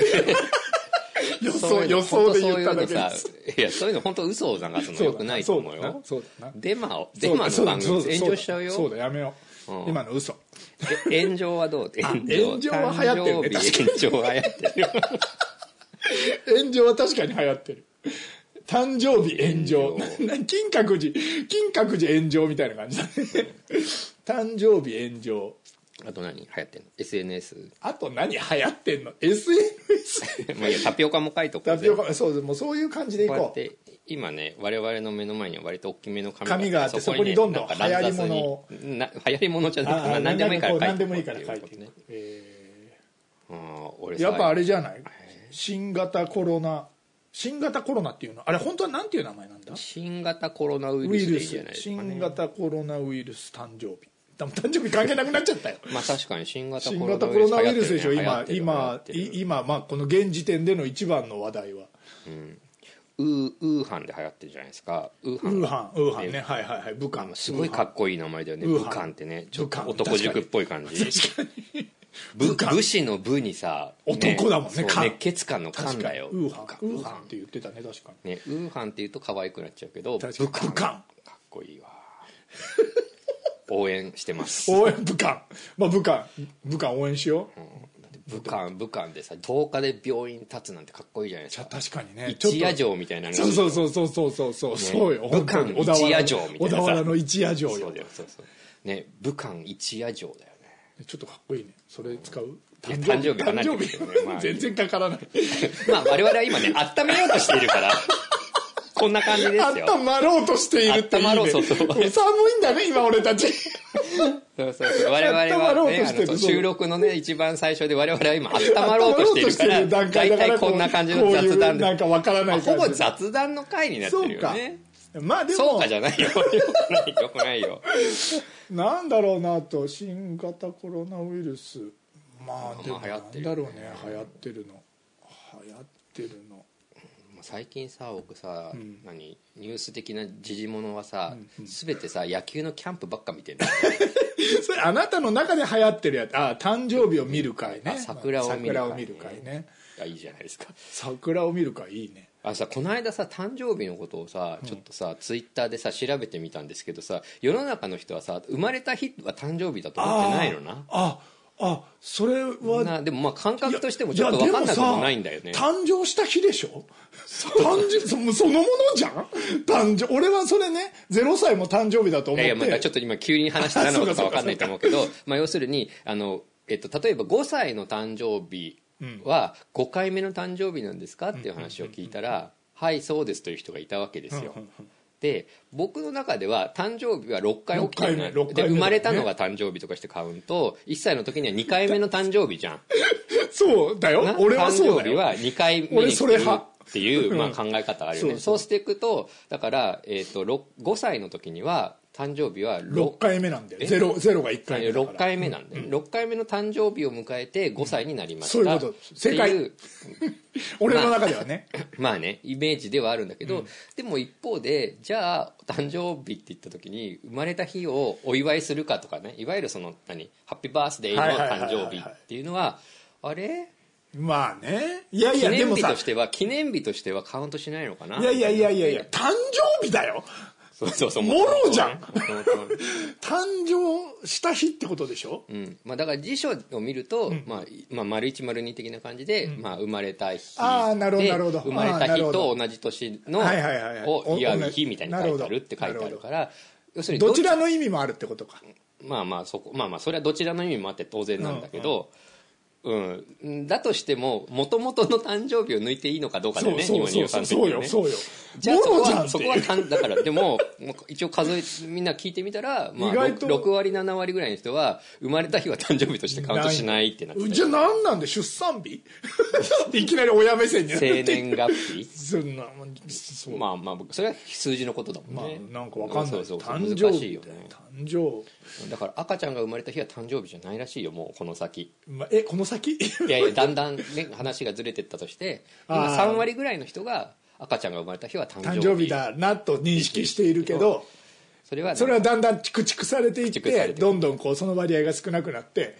Speaker 2: 予
Speaker 1: そ
Speaker 2: 想
Speaker 1: ういうの
Speaker 2: 予想で言っただけ
Speaker 1: 本当
Speaker 2: です
Speaker 1: そういうのさいやそういうの本当嘘を流すのよくないと思うよ
Speaker 2: そうだな
Speaker 1: デマを
Speaker 2: そ
Speaker 1: デ
Speaker 2: う
Speaker 1: マ
Speaker 2: だな
Speaker 1: の番
Speaker 2: そうだ
Speaker 1: 組炎上しちゃう
Speaker 2: そう
Speaker 1: よ
Speaker 2: だやめよう、
Speaker 1: うん
Speaker 2: 今の嘘
Speaker 1: え炎上はどう炎
Speaker 2: 炎上は流行ってるね
Speaker 1: 誕生日炎上は流行ってるよ
Speaker 2: 炎上は確かに流行ってる誕生日炎上
Speaker 1: 炎
Speaker 2: 金閣寺金閣寺炎上みたいな感じだね誕生日炎上
Speaker 1: あと何流行ってんの SNS
Speaker 2: あと何流行ってんの SNS
Speaker 1: まあいいやタピオカも書いとこう
Speaker 2: タ
Speaker 1: ぜ
Speaker 2: ピオ
Speaker 1: こ
Speaker 2: カそうもうそういう感じでいう
Speaker 1: やっ
Speaker 2: こう
Speaker 1: て今ね我々の目の前には割と大きめの紙
Speaker 2: 紙があってそこにどんどん
Speaker 1: なんか乱雑に
Speaker 2: 流行り物を
Speaker 1: な流行り物じゃなくて
Speaker 2: あ
Speaker 1: ま
Speaker 2: あ
Speaker 1: あ何でもいいから書いて
Speaker 2: 何でもいいから書いて
Speaker 1: っていう
Speaker 2: ね
Speaker 1: こ、とねうん俺
Speaker 2: やっぱあ
Speaker 1: れ
Speaker 2: れじゃない新型コロナ新型コロナっていうのあれ本当はなんていう名前なんだ
Speaker 1: 新型コロナウイ
Speaker 2: ウ
Speaker 1: ル
Speaker 2: イ
Speaker 1: スで
Speaker 2: ル
Speaker 1: いいんじゃ
Speaker 2: ス
Speaker 1: ないですかね
Speaker 2: 新型コロナウイルス誕生日でも誕生日関係なくなっちゃっ たよ
Speaker 1: まあ確かに新型
Speaker 2: 新
Speaker 1: コロ
Speaker 2: 型
Speaker 1: ナ
Speaker 2: コ
Speaker 1: ウイル
Speaker 2: ロ
Speaker 1: ス
Speaker 2: ナウイルスでしょ
Speaker 1: 流行
Speaker 2: 今
Speaker 1: ってる
Speaker 2: 今
Speaker 1: 流行ってる
Speaker 2: い今まあこの現時点での一番の話題は
Speaker 1: ウーウーハンで流行ってるじゃないですかウーハ
Speaker 2: ウ
Speaker 1: ン
Speaker 2: ーハンウーハンねはいはいはい武漢
Speaker 1: すごいかっこいい名前だよね
Speaker 2: ウーハン
Speaker 1: 武漢ってねちょっ
Speaker 2: 武
Speaker 1: と
Speaker 2: 漢
Speaker 1: 男塾っぽい感じ武武士の武にさ
Speaker 2: 男だもんね
Speaker 1: そう
Speaker 2: 漢
Speaker 1: 熱血漢の漢
Speaker 2: 確か
Speaker 1: だ
Speaker 2: に
Speaker 1: よ
Speaker 2: ウーハン
Speaker 1: 武漢
Speaker 2: ウーハンって言ってたね確かに
Speaker 1: ねウーハンって言うと可愛くなっちゃうけど
Speaker 2: 確かに武漢
Speaker 1: かっこいいわ応援してます
Speaker 2: 応援武漢まあ武漢武漢応援しよう
Speaker 1: 武漢武漢でさ10日で病院立つなんてかっこいいじゃないですか
Speaker 2: 確かにね
Speaker 1: 一夜城みたいなのが
Speaker 2: そうそうそうそうそうそうそう、そうよ
Speaker 1: 武漢
Speaker 2: 本当に小田
Speaker 1: 一
Speaker 2: 原
Speaker 1: 夜城みたいなさ
Speaker 2: 小田原の一夜城
Speaker 1: そ
Speaker 2: よ
Speaker 1: うだよそうそうね武漢一夜城だよね
Speaker 2: ちょっとかっこいいねそれ使う
Speaker 1: や誕生日
Speaker 2: 誕生
Speaker 1: 誕生
Speaker 2: 日
Speaker 1: 日だよねまあ
Speaker 2: 全然かからない
Speaker 1: まあ我々は今ね、温めようとしているから、こんな感じですよ。
Speaker 2: 温まろうとしているっていい、ね、
Speaker 1: 温まろうそうそう
Speaker 2: 寒いんだね今俺たち
Speaker 1: そうそう そう我々
Speaker 2: 温まろ
Speaker 1: は、
Speaker 2: うと
Speaker 1: ね、
Speaker 2: し
Speaker 1: あ
Speaker 2: て
Speaker 1: の
Speaker 2: る
Speaker 1: そう
Speaker 2: そう
Speaker 1: 収録のね、一番最初で我々 は今温まろうとしているか
Speaker 2: 温ま
Speaker 1: ら、
Speaker 2: ろうとしている段階だ
Speaker 1: 大
Speaker 2: か
Speaker 1: 体
Speaker 2: ら
Speaker 1: こんな感じの
Speaker 2: こういう
Speaker 1: 雑談
Speaker 2: なんかわからない
Speaker 1: ほぼ
Speaker 2: 感じ
Speaker 1: 雑談の回になって
Speaker 2: そ
Speaker 1: る
Speaker 2: う
Speaker 1: よ
Speaker 2: か
Speaker 1: ね。
Speaker 2: まあで
Speaker 1: そう
Speaker 2: も
Speaker 1: かじゃないよ。よくない よ、よくないよ。
Speaker 2: なんだろうなと新型コロナウイルスまあでも
Speaker 1: まあ流
Speaker 2: な
Speaker 1: 行って
Speaker 2: ん
Speaker 1: る
Speaker 2: だ
Speaker 1: よ
Speaker 2: ろうね流行ってるの流行ってるの
Speaker 1: もう 最近さ僕さ、何ニュース的な時事物はさ、全てさ野球のキャンプばっか見てる の、
Speaker 2: それあなたの中で流行ってるやつあ誕生日を見る会ね
Speaker 1: あ桜を見る会ね
Speaker 2: 桜を見る会ね
Speaker 1: あいいじゃないですか
Speaker 2: 桜を見る会いいね
Speaker 1: あさこの間さ誕生日のことをさちょっとさ、ツイッターでさ調べてみたんですけどさ世の中の人はさ生まれた日は誕生日だと思ってないのな
Speaker 2: ああそれは
Speaker 1: なでもまあ感
Speaker 2: い
Speaker 1: 覚
Speaker 2: や
Speaker 1: としてもちょっと分かんなくもないんだよね
Speaker 2: いやでもさ誕生した日でしょ誕生そもうそのものじゃん誕生俺はそれね0歳も誕生日だと
Speaker 1: い
Speaker 2: 思っ
Speaker 1: やい
Speaker 2: て
Speaker 1: やまだちょっと今急に話して何のことか分かんないと思うけどまあ要するにあの、えっと、例えば5歳の誕生日は5回目の誕生日なんですかっていう話を聞いたら「はいそうです」という人がいたわけですよ。で僕の中では誕生日は6回起きてるな
Speaker 2: 六回目六回目だ
Speaker 1: で
Speaker 2: ね
Speaker 1: 生まれたのが誕生日とかしてカウント1歳の時には2回目の誕生日じゃん
Speaker 2: そうだよ
Speaker 1: な
Speaker 2: 俺はそ
Speaker 1: 誕
Speaker 2: うだ
Speaker 1: 生日
Speaker 2: よ
Speaker 1: は2回目
Speaker 2: 俺
Speaker 1: に
Speaker 2: そ
Speaker 1: す
Speaker 2: れ
Speaker 1: る
Speaker 2: 派
Speaker 1: っていう、まあ、考え方あるよね、
Speaker 2: そうそう
Speaker 1: そうしていくとだから、えー、とろ5歳の時には誕生日は
Speaker 2: 6回目なんだよゼロゼロが1回目だから
Speaker 1: 6回目なんで、6回目の誕生日を迎えて5歳になりました、
Speaker 2: そういうこと正解
Speaker 1: っていう
Speaker 2: 俺の中ではね
Speaker 1: まあねイメージではあるんだけど、でも一方でじゃあ誕生日って言った時に生まれた日をお祝いするかとかねいわゆるその何ハッピーバースデーの
Speaker 2: はいはいはいは
Speaker 1: 誕
Speaker 2: いはい
Speaker 1: 生日っていうのはあれ
Speaker 2: まあねいやい
Speaker 1: 記
Speaker 2: やで
Speaker 1: 念
Speaker 2: も
Speaker 1: 日
Speaker 2: さ
Speaker 1: としては記念日としてはカウントしないのかないい
Speaker 2: やいやいやいやいや誕生日だよ
Speaker 1: そうそうそう
Speaker 2: もろじゃん
Speaker 1: もろね
Speaker 2: 誕生した日ってことでしょ
Speaker 1: うんまあ、だから辞書を見ると、まあいまあ、丸一丸二的な感じで、まあ、生まれた日
Speaker 2: あーなるほど
Speaker 1: で
Speaker 2: なるほど
Speaker 1: 生まれ
Speaker 2: あーな
Speaker 1: た
Speaker 2: るほ
Speaker 1: 日
Speaker 2: ど
Speaker 1: と同じ年の
Speaker 2: はいはいはいはい
Speaker 1: を祝
Speaker 2: お
Speaker 1: う日みたいに書いてあるって書いてあるから要するに
Speaker 2: どちらの意味もあるってことか
Speaker 1: まあまあそこまあまあそれはどちらの意味もあって当然なんだけど、うん、だとしても元々の誕生日を抜いていいのかどうかだよ
Speaker 2: そう
Speaker 1: ね
Speaker 2: そうそう
Speaker 1: 223
Speaker 2: そ
Speaker 1: って
Speaker 2: うそう
Speaker 1: ね
Speaker 2: よそうよ
Speaker 1: じゃあそこ
Speaker 2: モロじゃんっ
Speaker 1: は
Speaker 2: て
Speaker 1: そこはかんだからでももう一応数えみんな聞いてみたら、まあ、
Speaker 2: 意外と
Speaker 1: 6, 割7割ぐらいの人は生まれた日は誕生日としてカウントしないってなって
Speaker 2: じ
Speaker 1: て
Speaker 2: ゃあ何なんで出産日 いきなり親目線になっ
Speaker 1: 生
Speaker 2: て
Speaker 1: 年月日
Speaker 2: そんなそう
Speaker 1: まあまあそれは数字のことだもんね、
Speaker 2: まあなんかわかんない
Speaker 1: そうそうそう
Speaker 2: 誕生
Speaker 1: 難しい
Speaker 2: 日
Speaker 1: よ
Speaker 2: みたいな
Speaker 1: ね
Speaker 2: 誕
Speaker 1: だから赤ちゃんが生まれた日は誕生日じゃないらしいよもうこの 先
Speaker 2: 生まえこの先
Speaker 1: いやいやだんだんね話がずれてったとして今
Speaker 2: あー
Speaker 1: 3割ぐらいの人が赤ちゃんが生まれた日は誕生日
Speaker 2: 誕生日だなと認識しているけど
Speaker 1: それは
Speaker 2: それはだんだん駆逐されていっ
Speaker 1: 駆逐されて
Speaker 2: て
Speaker 1: いく
Speaker 2: どんどんこうその割合が少なくなって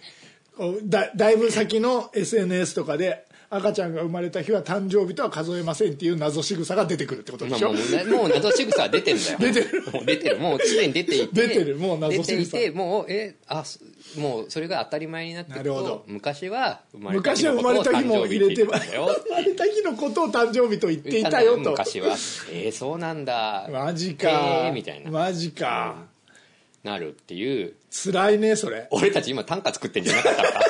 Speaker 2: こうだだいぶ先の SNS とかで赤ちゃんが生まれた日は誕生日とは数えませんっていう謎仕草が出てくるってことで
Speaker 1: まあ
Speaker 2: しょ、
Speaker 1: もうね、もう謎仕草は出てんだよ。
Speaker 2: 出てる
Speaker 1: もう出てる。もう常に出ていて。
Speaker 2: 出てるもう謎仕草
Speaker 1: 出ていて、もう、え、あ、すもうそれが当たり前になってる
Speaker 2: なるほ
Speaker 1: と
Speaker 2: ど、
Speaker 1: 昔は生まれた
Speaker 2: 昔
Speaker 1: 日
Speaker 2: は
Speaker 1: の
Speaker 2: 生
Speaker 1: こと
Speaker 2: ま
Speaker 1: を
Speaker 2: れた
Speaker 1: 誕
Speaker 2: 日も
Speaker 1: 生日って
Speaker 2: 入れて
Speaker 1: 言っ
Speaker 2: ま
Speaker 1: て
Speaker 2: す
Speaker 1: たよ。
Speaker 2: 生まれた日のことを誕生日と言っていたよ
Speaker 1: 言っ
Speaker 2: と
Speaker 1: んだ昔は。えーそうなんだ。
Speaker 2: マジか、
Speaker 1: へーみたいな。
Speaker 2: マジか、
Speaker 1: なるっていう。
Speaker 2: 辛いねそれ
Speaker 1: 俺たち今短歌作ってんじゃなか ったのか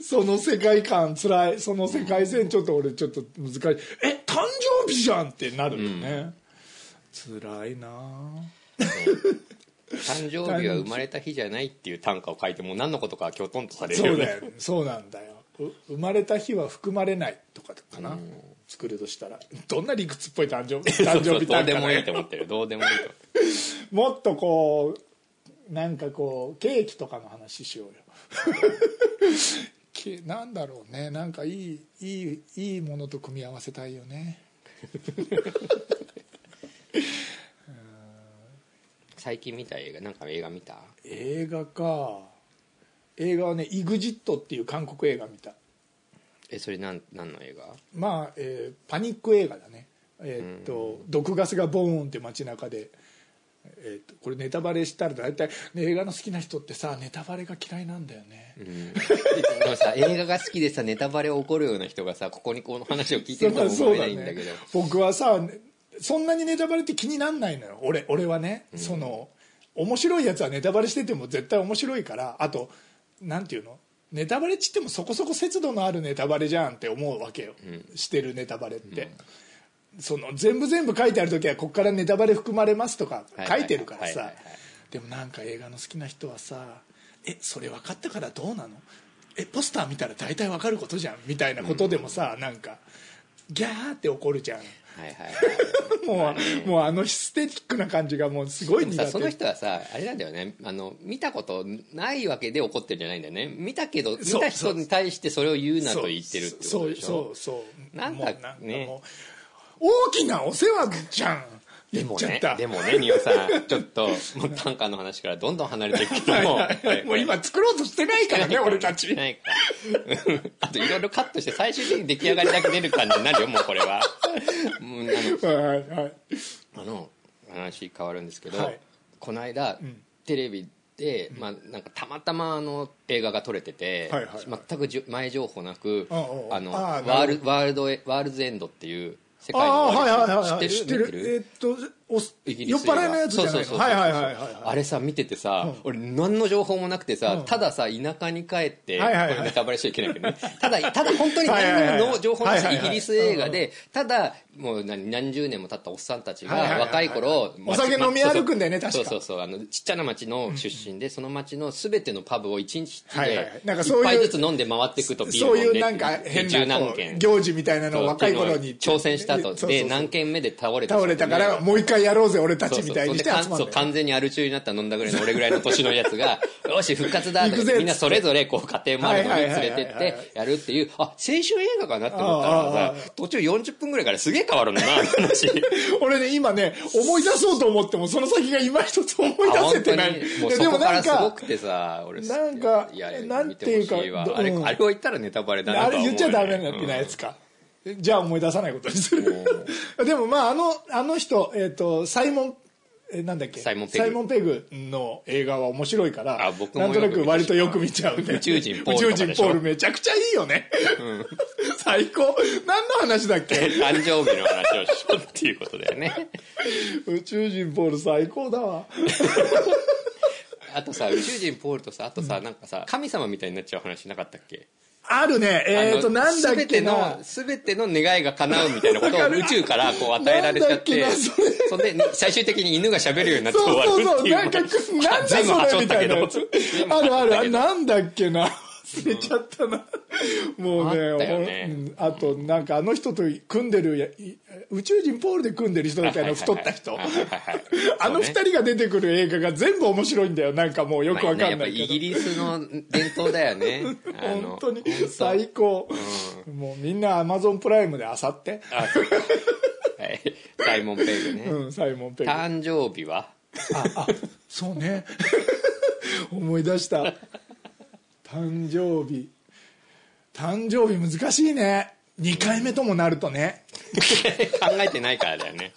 Speaker 2: その世界観辛いその世界線ちょっと俺ちょっと難しいえ誕生日じゃんってなるよね、辛いなあ
Speaker 1: 誕生日は生まれた日じゃないっていう短歌を書いてもう何のことかきょとんとされる
Speaker 2: そ
Speaker 1: よ
Speaker 2: う
Speaker 1: ね
Speaker 2: だよそうなんだよう生まれた日は含まれないとかかな、作るとしたらどんな理屈っぽい誕生日誕
Speaker 1: そう
Speaker 2: 生
Speaker 1: そう
Speaker 2: 日
Speaker 1: どう
Speaker 2: 短
Speaker 1: で
Speaker 2: 歌
Speaker 1: も
Speaker 2: だ
Speaker 1: いい
Speaker 2: よ
Speaker 1: と思ってるどうでもいいと
Speaker 2: もっとこうなんかこうケーキとかの話しようよ けなんだろうねなんかいいいいいいものと組み合わせたいよね
Speaker 1: 最近見た映画なんか映画見た
Speaker 2: 映画か映画はね「EXIT」っていう韓国映画見た
Speaker 1: えそれなん何の映画
Speaker 2: まあ、えーパニック映画だねえーっと、毒ガスがボーンって街中でえーっとこれネタバレしたら大体、ね、映画の好きな人ってさネタバレが嫌いなんだよね、
Speaker 1: でもさ映画が好きでさネタバレ起こるような人がさここにこの話を聞いてるとは思えないんだけど
Speaker 2: 僕はさそんなにネタバレって気になんないのよ俺俺はね、その面白いやつはネタバレしてても絶対面白いからあとなんていうのネタバレっちってもそこそこ節度のあるネタバレじゃんって思うわけよ、してるネタバレって、その全部全部書いてある時はここからネタバレ含まれますとか
Speaker 1: はいは
Speaker 2: 書
Speaker 1: い
Speaker 2: いてるから
Speaker 1: は
Speaker 2: さ
Speaker 1: いはいはい
Speaker 2: でもなんか映画の好きな人はさえそれ分かったからどうなのえポスター見たら大体分かることじゃんみたいなことでもさ、なんかギャーって怒るじゃん
Speaker 1: はいはいはい
Speaker 2: もうもうあのヒステリックな感じがもうすご
Speaker 1: で
Speaker 2: い
Speaker 1: も
Speaker 2: 苦
Speaker 1: さ
Speaker 2: 手
Speaker 1: その人はさあれなんだよねあの見たことないわけで怒ってるんじゃないんだよね見たけど見
Speaker 2: そう
Speaker 1: た人に対してそれを言うなと言ってるってことでしょ
Speaker 2: そうそうそう
Speaker 1: なんか
Speaker 2: もう
Speaker 1: ね
Speaker 2: もう大きなお世話じゃん
Speaker 1: で
Speaker 2: 言
Speaker 1: も
Speaker 2: っちゃっ
Speaker 1: ね
Speaker 2: た
Speaker 1: でもね仁さんちょっともう短歌の話からどんどん離れていくけども
Speaker 2: はいはい もう今作ろうとしてないからね俺たち
Speaker 1: ないか。あといろいろカットして最終的に出来上がりだけ出る感じになるよ、もうこれは。うんあの
Speaker 2: はいはい
Speaker 1: あの話変わるんですけど、
Speaker 2: はい
Speaker 1: この間、テレビで、まあ、なんかたまたまあの映画が撮れてて、
Speaker 2: はいはいはい
Speaker 1: 全くじゅ前情報なく
Speaker 2: うんうんうん
Speaker 1: あの
Speaker 2: あ
Speaker 1: ワ
Speaker 2: ーな
Speaker 1: ー
Speaker 2: る
Speaker 1: ルワールドエワールズエンドっていう世界の
Speaker 2: ああーはいはい
Speaker 1: 終
Speaker 2: はい
Speaker 1: わ
Speaker 2: は
Speaker 1: り
Speaker 2: い
Speaker 1: 知
Speaker 2: 知
Speaker 1: っ
Speaker 2: って
Speaker 1: る
Speaker 2: てる
Speaker 1: 見てる
Speaker 2: えーっとおす
Speaker 1: イギリ
Speaker 2: 酔っ
Speaker 1: ス映画
Speaker 2: 払いのやつじゃない
Speaker 1: そうそうそ
Speaker 2: の
Speaker 1: う
Speaker 2: はいはいはいはい
Speaker 1: あれさ見ててさ、俺何の情報もなくてさ、たださ田舎に帰って、
Speaker 2: はいはいはい
Speaker 1: これネタバレしちゃいけないけどねた だただ本当に何にもの情報なし
Speaker 2: はいはいはい
Speaker 1: イギリス映画でただもう何何十年も経ったおっさんたちが
Speaker 2: はいはいはい
Speaker 1: 若い頃
Speaker 2: お酒飲み歩くんだよね
Speaker 1: ま
Speaker 2: 確か
Speaker 1: そうそうそうあのちっちゃな町の出身で、その町の全てのパブを一日で、
Speaker 2: はいいはいなんかそういう
Speaker 1: っぱいずつ飲んで回っていくとビール
Speaker 2: そういう
Speaker 1: 飲
Speaker 2: なんん
Speaker 1: で
Speaker 2: か変
Speaker 1: 十
Speaker 2: な
Speaker 1: 何
Speaker 2: こう
Speaker 1: 軒
Speaker 2: 行事みたいなのを若い頃に
Speaker 1: 挑戦したと
Speaker 2: そうそうそう
Speaker 1: で何軒目で倒れた
Speaker 2: 倒れたからもう一回やろうぜ俺た
Speaker 1: そう
Speaker 2: ち
Speaker 1: そ
Speaker 2: み
Speaker 1: う
Speaker 2: たいにして集
Speaker 1: そ
Speaker 2: ま
Speaker 1: う
Speaker 2: る
Speaker 1: そう完全にアル中になった飲んだぐらいの俺ぐらいの年のやつ が「よし復活だ」とか
Speaker 2: 行くぜ
Speaker 1: みんなそれぞれこう家庭周りのに連れてっ
Speaker 2: はいはいはいはいはい
Speaker 1: てやるっていうあ青春映画かなって思った
Speaker 2: あああ
Speaker 1: ら
Speaker 2: あ
Speaker 1: さ途中40分ぐらいからすげえ変わるんだな って話
Speaker 2: 俺ね今ね思い出そうと思ってもその先が今一つ思い
Speaker 1: あ
Speaker 2: 出せ
Speaker 1: 本当
Speaker 2: て
Speaker 1: に
Speaker 2: ない
Speaker 1: もう
Speaker 2: いや
Speaker 1: そ
Speaker 2: で
Speaker 1: こ
Speaker 2: も
Speaker 1: か
Speaker 2: な
Speaker 1: ら
Speaker 2: ん
Speaker 1: す
Speaker 2: か
Speaker 1: ごくてさ俺
Speaker 2: なんか
Speaker 1: いやいや
Speaker 2: なんていうか
Speaker 1: 見ほしわ
Speaker 2: ど
Speaker 1: あれ
Speaker 2: うん
Speaker 1: あれを言ったらネタバレだな
Speaker 2: あ
Speaker 1: とは
Speaker 2: れ
Speaker 1: 思うよ
Speaker 2: 言
Speaker 1: ね
Speaker 2: っちゃダメなやつか、じゃあ思い出さないことにする でもまああのあの人、えっとサイモンえなんだっけ
Speaker 1: サイモンペグ
Speaker 2: ペグの映画は面白いから
Speaker 1: あ僕も
Speaker 2: なんとな
Speaker 1: よく見て
Speaker 2: く
Speaker 1: し
Speaker 2: 割とよく見ちゃうんで
Speaker 1: 宇宙人ポール
Speaker 2: 宇
Speaker 1: とか
Speaker 2: 宙
Speaker 1: で
Speaker 2: 人
Speaker 1: しょ
Speaker 2: ポールめちゃくちゃいいよね、 最高何の話だっ け
Speaker 1: 誕生日の話をしようっていうことだよね
Speaker 2: 宇宙人ポール最高だわ
Speaker 1: あとさ宇宙人ポールとさあとさ、なんかさ神様みたいになっちゃう話なかったっけ
Speaker 2: あるねえっ、ー、となんだっ
Speaker 1: すべ
Speaker 2: け
Speaker 1: て
Speaker 2: な
Speaker 1: の全ての願いが叶うみたいなことを宇宙からこう与えられちゃって
Speaker 2: なんだっけなそれ
Speaker 1: そんで最終的に犬が喋るようになって終
Speaker 2: そう
Speaker 1: わる
Speaker 2: そう
Speaker 1: っ
Speaker 2: そ
Speaker 1: て
Speaker 2: う
Speaker 1: いう
Speaker 2: なんかなんだ
Speaker 1: 全部
Speaker 2: そ
Speaker 1: 端折
Speaker 2: れ
Speaker 1: っ
Speaker 2: みた
Speaker 1: たけ
Speaker 2: いな
Speaker 1: ど
Speaker 2: やつあるあるあなんだっけな忘れちゃったな、もうね
Speaker 1: あったよね
Speaker 2: うんあとなんかあの人と組んでるやい宇宙人ポールで組んでる人みたいな太った人
Speaker 1: はいはいはい
Speaker 2: あの二人が出てくる映画が全部面白いんだよなんかもうよくわかん
Speaker 1: ま
Speaker 2: な
Speaker 1: あね
Speaker 2: い
Speaker 1: やっぱイ
Speaker 2: け
Speaker 1: ギ
Speaker 2: ど
Speaker 1: リスの伝統だよねあの
Speaker 2: 本当に最高もうみんなアマゾンプライムであさって
Speaker 1: あそうかはいサイモン・ペグね、
Speaker 2: うんサイモン・ペグ
Speaker 1: 誕生日は
Speaker 2: ああそうね 思い出した誕生日誕生日難しいね2回目ともなるとね
Speaker 1: 考えてないからだよね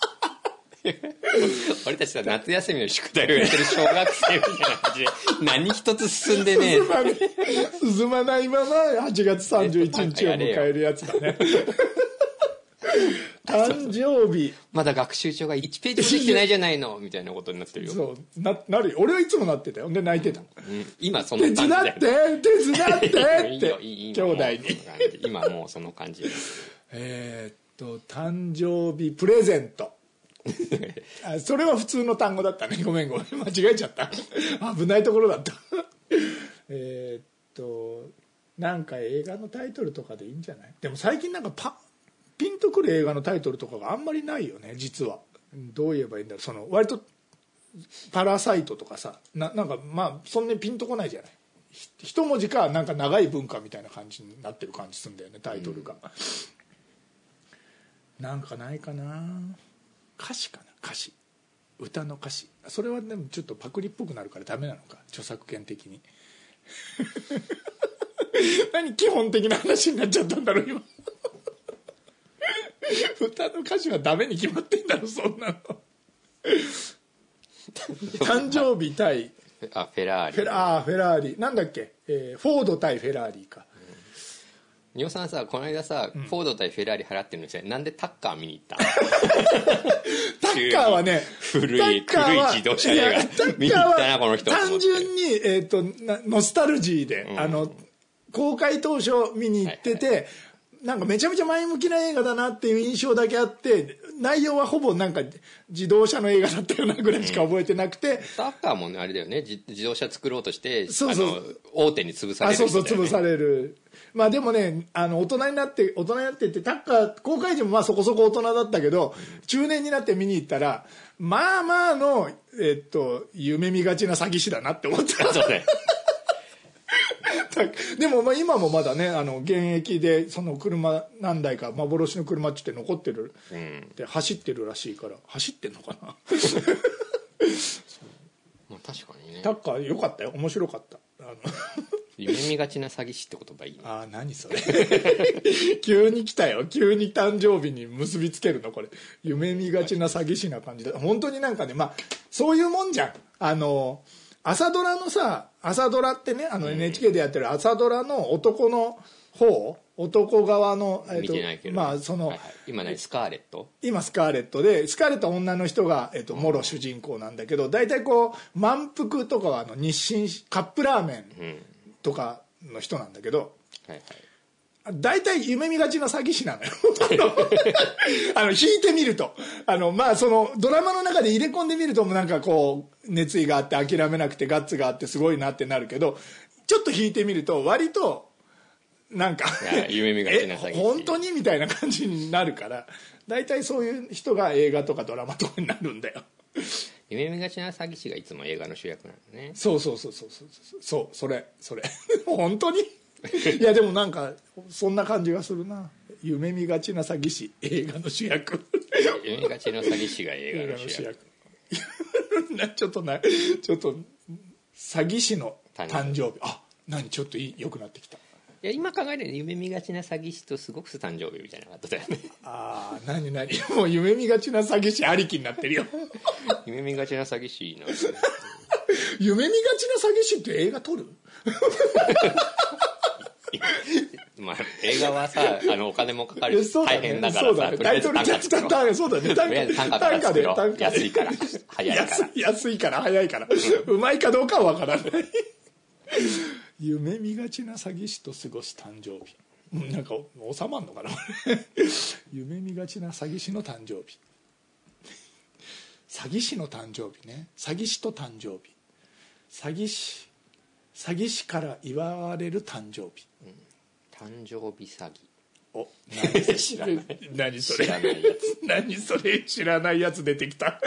Speaker 1: 俺たちは夏休みの宿題をやってる小学生みたいな感じで何一つ進んでねえ
Speaker 2: まあね進まないまま8月31日を迎えるやつだね 誕生日
Speaker 1: まだ学習帳が1ページもできてないじゃないのみたいなことになってるよ、
Speaker 2: そうななるよ俺はいつもなってたよで泣いてた
Speaker 1: うん今そ
Speaker 2: 「
Speaker 1: の感
Speaker 2: 手
Speaker 1: じ
Speaker 2: 伝
Speaker 1: だ
Speaker 2: って
Speaker 1: よ
Speaker 2: 手伝って!」
Speaker 1: い
Speaker 2: っ
Speaker 1: い
Speaker 2: て
Speaker 1: よいい
Speaker 2: 兄
Speaker 1: よ
Speaker 2: 弟
Speaker 1: もう
Speaker 2: に
Speaker 1: その感じ今もうその感じ
Speaker 2: えーっと誕生日プレゼントあそれは普通の単語だったねごめんごめん間違えちゃった危ないところだったえーっとなんか映画のタイトルとかでいいんじゃないでも最近なんかパピンとくる映画のタイトルとかがあんまりないよね実はどう言えばいいんだろうその割と「パラサイト」とかさななんかまあそんなにピンとこないじゃないひ一文字かなんか長い文化みたいな感じになってる感じするんだよねタイトルが、なんかないかな歌詞かな歌詞歌の歌詞それはでもちょっとパクリっぽくなるからダメなのか著作権的に 何基本的な話になっちゃったんだろう今歌の歌詞はダメに決まってんだろ そんなの誕生日対
Speaker 1: あフェラーリ
Speaker 2: フェラあーフェラーリなんだっけ、えーフォード対フェラーリか
Speaker 1: ニオさんさこの間さ、フォード対フェラーリ払ってるのになんでタッカー見に行った
Speaker 2: タッカーはね
Speaker 1: 古
Speaker 2: タ
Speaker 1: い
Speaker 2: ッカーは
Speaker 1: 古い自動車映
Speaker 2: い
Speaker 1: 画
Speaker 2: やタッ
Speaker 1: 見に
Speaker 2: カー
Speaker 1: 行っ
Speaker 2: は
Speaker 1: たなこの人と思
Speaker 2: 単
Speaker 1: って
Speaker 2: 純に、えー、となノスタルジーで、あの公開当初見に行ってて、なんかめちゃめちゃ前向きな映画だなっていう印象だけあって内容はほぼなんか自動車の映画だったようなぐらいしか覚えてなくて、
Speaker 1: タッカーもねあれだよね自自動車作ろうとして
Speaker 2: そうそう
Speaker 1: あの大手に潰され
Speaker 2: あ
Speaker 1: る
Speaker 2: そうそう
Speaker 1: みたいな
Speaker 2: 潰
Speaker 1: ね
Speaker 2: されるまあでもねあの大人になって大人になってってタッカー公開時もまあそこそこ大人だったけど中年になって見に行ったらまあまあのえっと夢見がちな詐欺師だなって思った
Speaker 1: そうね
Speaker 2: でもまあ今もまだねあの現役でその車何台か幻の車っつって残ってる、で走ってるらしいから走ってんのかな
Speaker 1: まあ確かにね
Speaker 2: タッカーよかったよ面白かったあの
Speaker 1: 夢見がちな詐欺師って言葉いいね
Speaker 2: あー何それ 急に来たよ急に誕生日に結びつけるのこれ夢見がちな詐欺師な感じで本当になんかねまあそういうもんじゃんあの朝ドラのさ朝ドラってねあの NHK でやってる朝ドラの男の方男側の、えっ
Speaker 1: 見
Speaker 2: と
Speaker 1: てないけど
Speaker 2: まあその、
Speaker 1: はいはい今ねスカーレット
Speaker 2: 今スカーレットでスカーレットは女の人が、えっと、もろ主人公なんだけど大体こう満腹とかはあの日清カップラーメ
Speaker 1: うん
Speaker 2: ンとかの人なんだけど
Speaker 1: はいはい
Speaker 2: 大体夢見がちな詐欺師なのよ あの引いてみるとあのまあそのドラマの中で入れ込んでみるともうなんかこう熱意があって諦めなくてガッツがあってすごいなってなるけどちょっと引いてみると割となんか
Speaker 1: いや夢見がちな詐欺師
Speaker 2: え本当にみたいな感じになるから大体そういう人が映画とかドラマとかになるんだよ
Speaker 1: 夢見がちな詐欺師がいつも映画の主役なのね
Speaker 2: そうそうそうそうそうそうそうそれそれ 本当にいやでもなんかそんな感じがするな夢見がちな詐欺師映画の主役
Speaker 1: 夢見がちな詐欺師が映
Speaker 2: 映
Speaker 1: 画
Speaker 2: 画
Speaker 1: の
Speaker 2: の
Speaker 1: 主
Speaker 2: 主
Speaker 1: 役
Speaker 2: 役な ちょっとなちょっと詐欺師の誕生日あ何ちょっといい良くなってきた
Speaker 1: いや今考えると夢見がちな詐欺師とすごく誕生日みたいなことだ よね
Speaker 2: ああ何 何もう夢見がちな詐欺師ありきになってるよ
Speaker 1: 夢見がちな詐欺師の
Speaker 2: 夢見がちな詐欺師って映画撮る
Speaker 1: まあ、映画はさ、あの、お金もかかるし、
Speaker 2: そうだ
Speaker 1: 大
Speaker 2: ね
Speaker 1: 変だか
Speaker 2: そ
Speaker 1: ら
Speaker 2: うだ
Speaker 1: さ、
Speaker 2: ね
Speaker 1: とりあ
Speaker 2: タ
Speaker 1: え
Speaker 2: イト
Speaker 1: ず
Speaker 2: ル
Speaker 1: 単価作ろう。
Speaker 2: そうだね
Speaker 1: とりあえず単価から作ろ
Speaker 2: 単
Speaker 1: う。
Speaker 2: 価
Speaker 1: 安いから、早いか
Speaker 2: 安
Speaker 1: ら。
Speaker 2: い安いから早いからうまいかどうかは分か らない夢見がちな詐欺師と過ごす誕生日うんなんか収まんのかな 夢見がちな詐欺師の誕生日詐欺師の誕生日ね詐欺師と誕生日詐欺師詐欺師から祝われる誕生日
Speaker 1: 誕生日詐欺。
Speaker 2: お何それ知らない 何そ
Speaker 1: 知
Speaker 2: れ
Speaker 1: らないや
Speaker 2: 何それ知らないやつ出てきた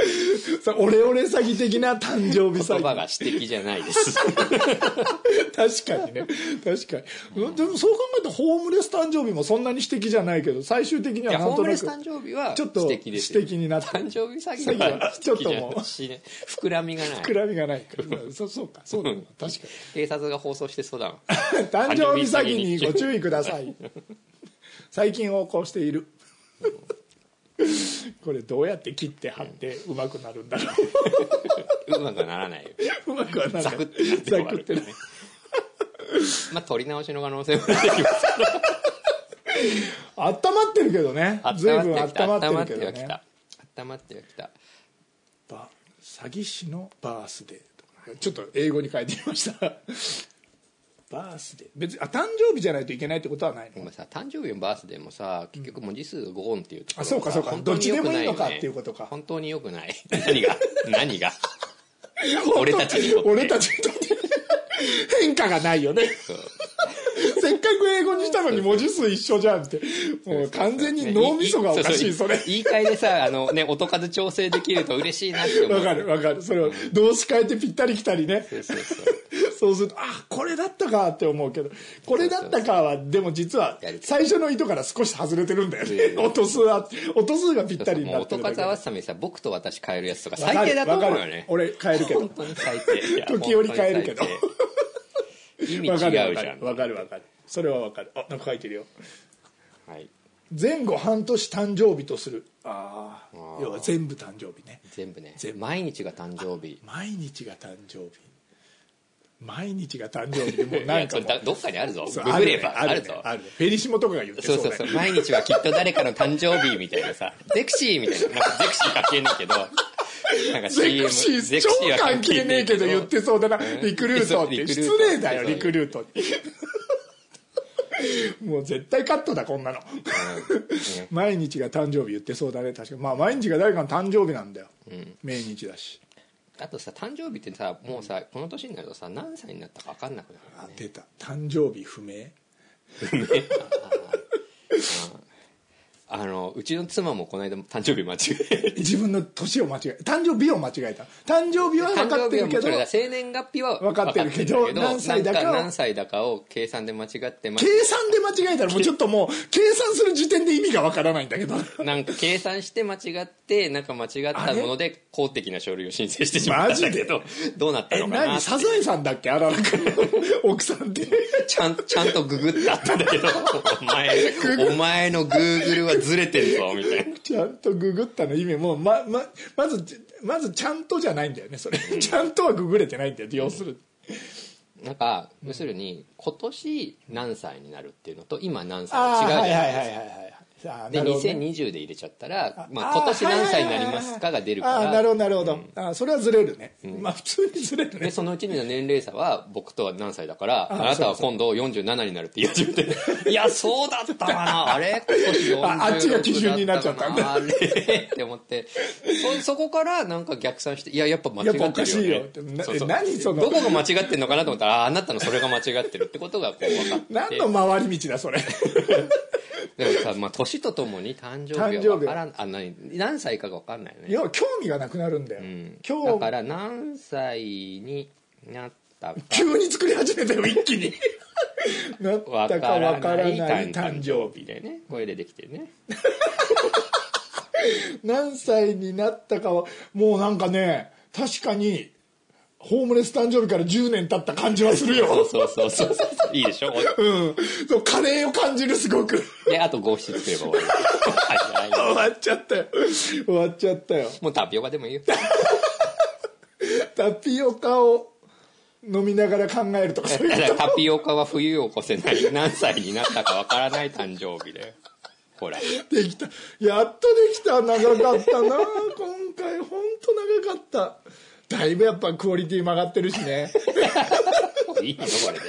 Speaker 2: さオレオレ詐欺的な誕生 日
Speaker 1: つ。
Speaker 2: 詐
Speaker 1: 言
Speaker 2: 欺
Speaker 1: 葉が指摘じゃない です。
Speaker 2: 確かにね確かに、でもそう考えたらホームレス誕生日もそんなに指摘じゃないけど最終的に
Speaker 1: い
Speaker 2: は
Speaker 1: や、
Speaker 2: なん
Speaker 1: ホー
Speaker 2: と
Speaker 1: ムレ
Speaker 2: な
Speaker 1: ス
Speaker 2: く
Speaker 1: 誕生日は
Speaker 2: ちょっと
Speaker 1: 指摘ですよ。
Speaker 2: 指摘になってる
Speaker 1: 誕生日詐欺は
Speaker 2: 詐欺はちょっ
Speaker 1: 指摘
Speaker 2: と
Speaker 1: じゃ
Speaker 2: も う
Speaker 1: ないしね。膨らみがない。
Speaker 2: 膨らみがないからうんそそうかそうだな確か
Speaker 1: 警察が放送してそうだ もん。
Speaker 2: に誕生日詐欺にご注意ください最近横行している これどうやって切って貼ってうまくなるんだろ
Speaker 1: うまくはならないよ。
Speaker 2: ううまくはならない
Speaker 1: ザクってなって終わ
Speaker 2: ザク
Speaker 1: る
Speaker 2: って
Speaker 1: からね。 まあ、取り直しの可能性も出てきます。
Speaker 2: 温まってるけどね 随分
Speaker 1: は
Speaker 2: 温
Speaker 1: 来た
Speaker 2: まってるけ
Speaker 1: は
Speaker 2: ど
Speaker 1: 来
Speaker 2: ね
Speaker 1: た。温まっては来た。
Speaker 2: バ詐欺師のバースデーとかちょっと英語に変えてみました バースデー別にあ誕生日じゃないといけないってことはない
Speaker 1: お
Speaker 2: の
Speaker 1: 前さ誕生日もバースデーもさ結局文字数が5音っていうところが
Speaker 2: あそうかそうか
Speaker 1: 本当に良くな
Speaker 2: どっちでもいいのかっていうことか
Speaker 1: 本当によく ない何が何が俺たちにとって
Speaker 2: 俺たちにとって変化がないよね
Speaker 1: そう
Speaker 2: せっかく英語にしたのに文字数一緒じゃんってもう完全に脳みそがおかしいそうれ
Speaker 1: う言い換えでさあのね音数調整できると嬉しいなって思う
Speaker 2: わかるわかるそれを動詞変えてぴったりきたりね
Speaker 1: そうそうそう
Speaker 2: そうするとあこれだったかって思うけどこれだったかはでも実は最初の意図から少し外れてるんだよね音数は音数がぴっ
Speaker 1: そ
Speaker 2: た
Speaker 1: う
Speaker 2: りに
Speaker 1: もう
Speaker 2: なって
Speaker 1: 音
Speaker 2: るだけ
Speaker 1: 数合わせためにさ僕と私変えるやつとか最低だと
Speaker 2: わか
Speaker 1: 思う
Speaker 2: る
Speaker 1: よね
Speaker 2: 俺変えるけど
Speaker 1: 本当に最 低いや
Speaker 2: 時折変えるけど
Speaker 1: 本当に最低意味違
Speaker 2: わ
Speaker 1: う
Speaker 2: かるわか
Speaker 1: じゃ
Speaker 2: る
Speaker 1: ん
Speaker 2: わかるわかるそれはわかるあなんか書いてるよ
Speaker 1: はい
Speaker 2: 前後半年誕生日とするああ要は全部誕生日ね
Speaker 1: 全部ね
Speaker 2: 全部
Speaker 1: 毎日が誕生日
Speaker 2: 毎日が誕生日毎日が誕生日でもうなんかも
Speaker 1: いやそれだ
Speaker 2: う
Speaker 1: どっかにあるぞ
Speaker 2: そう
Speaker 1: ググれば
Speaker 2: あ
Speaker 1: あ
Speaker 2: る
Speaker 1: る
Speaker 2: ね
Speaker 1: ぞ
Speaker 2: あるねフェリシモとかが言って
Speaker 1: そうそう
Speaker 2: だ
Speaker 1: そ
Speaker 2: よ
Speaker 1: う毎日はきっと誰かの誕生日みたいなさゼクシーみたいななんかゼクシー関係ねえけどなんか CM
Speaker 2: ゼクシー超
Speaker 1: は
Speaker 2: 関係ねえけど言ってそうだなリクルートっ
Speaker 1: リク
Speaker 2: て
Speaker 1: ルート
Speaker 2: 失礼だよリクルートってもう絶対カットだこんなの毎日が誕生日言ってそうだね確かまあ毎日が誰かの誕生日なんだよ、命日だし
Speaker 1: あとさ誕生日ってさもうさこの年になるとさ何歳になったか分かんなくなる
Speaker 2: あ出た誕生日不明
Speaker 1: あのうちの妻もこの間誕生日間違えて
Speaker 2: 自分の年を間違え誕生日を間違えた誕生日は 分
Speaker 1: 誕
Speaker 2: か
Speaker 1: 生
Speaker 2: って
Speaker 1: 日
Speaker 2: る
Speaker 1: はも
Speaker 2: けど
Speaker 1: ちろん生年月日は
Speaker 2: 分かってるけど
Speaker 1: 分かって
Speaker 2: 何歳だかを
Speaker 1: なん何歳だかを計算で間違ってま
Speaker 2: 計算で間違えたらもうちょっともう計算する時点で意味が分からないんだけど
Speaker 1: なんか計算して間違ってなんか間違ったもので公的な書類を申請してしまったんだけどどうなった
Speaker 2: え
Speaker 1: のかな
Speaker 2: 何
Speaker 1: って
Speaker 2: サザエさんだっけ荒中の 奥さんって
Speaker 1: ちゃんちゃんとググってあったんだけどお前お前のグーグルはずれてるぞみたいな
Speaker 2: ちゃんとググったの意味もうまままずまずちゃんとじゃないんだよねそれ、ちゃんとはググれてないんだよ要するに、
Speaker 1: なんか要するに今年何歳になるっていうのと今何歳
Speaker 2: ああ
Speaker 1: 違うじゃ
Speaker 2: はいは
Speaker 1: ないい
Speaker 2: はい
Speaker 1: で
Speaker 2: はい
Speaker 1: すか
Speaker 2: はいあー
Speaker 1: で
Speaker 2: なるほどね
Speaker 1: 2020で入れちゃったら、まあ、
Speaker 2: あー
Speaker 1: 今年何歳に
Speaker 2: はい
Speaker 1: なり
Speaker 2: はいはいはい
Speaker 1: ますかが出るか
Speaker 2: あー
Speaker 1: ら
Speaker 2: なるほどなるほど、あーそれはずれるね、まあ普通にずれる
Speaker 1: で
Speaker 2: ね
Speaker 1: そのうちの年齢差は僕とは何歳だから
Speaker 2: あ
Speaker 1: あなたは今度47になるって言い始めて いやそうだったかなあれ今年46
Speaker 2: ああっちが基準になっちゃったんだ
Speaker 1: だあれって思ってそそこからなんか逆算していややっぱ間違ってる
Speaker 2: やっぱおかしいよ
Speaker 1: よ
Speaker 2: って
Speaker 1: ね
Speaker 2: な
Speaker 1: そうそう
Speaker 2: え何その
Speaker 1: どこが間違ってるのかなと思ったらああなたのそれが間違ってるってことがこう分かって
Speaker 2: 何の回り道だそ れ
Speaker 1: でもさ、まあ、年とともに誕生日は分からんあ何何歳かが分かんないよね
Speaker 2: 要は興味がなくなるんだよ、
Speaker 1: だ
Speaker 2: 興
Speaker 1: から何歳になったか
Speaker 2: 急に作り始めたよ一気にな っ
Speaker 1: わ
Speaker 2: た
Speaker 1: か
Speaker 2: かわ
Speaker 1: ら
Speaker 2: か
Speaker 1: な
Speaker 2: ら
Speaker 1: い
Speaker 2: ない誕
Speaker 1: 誕
Speaker 2: 生
Speaker 1: 生
Speaker 2: 日
Speaker 1: 日でねこれでできてるね
Speaker 2: 何歳になったかはもうなんかね確かにホームレス誕生日から10年経った感じはする
Speaker 1: そう
Speaker 2: よ、
Speaker 1: そうそうそうそういいでしょ
Speaker 2: うん、そうカレーを感じるすごく
Speaker 1: であと五七つけば終わりはいはい
Speaker 2: 終わっちゃったよ終わっちゃったよ
Speaker 1: もうタピオカでもいいよ
Speaker 2: タピオカを飲みながら考えるとかそういう
Speaker 1: だからタピオカは冬を越せない。何歳になったかわからない誕生日で。ほら。
Speaker 2: できたやっとできた長かったな今回ほんと長かっただいぶやっぱクオリティ曲がってるしね
Speaker 1: いいのこれで。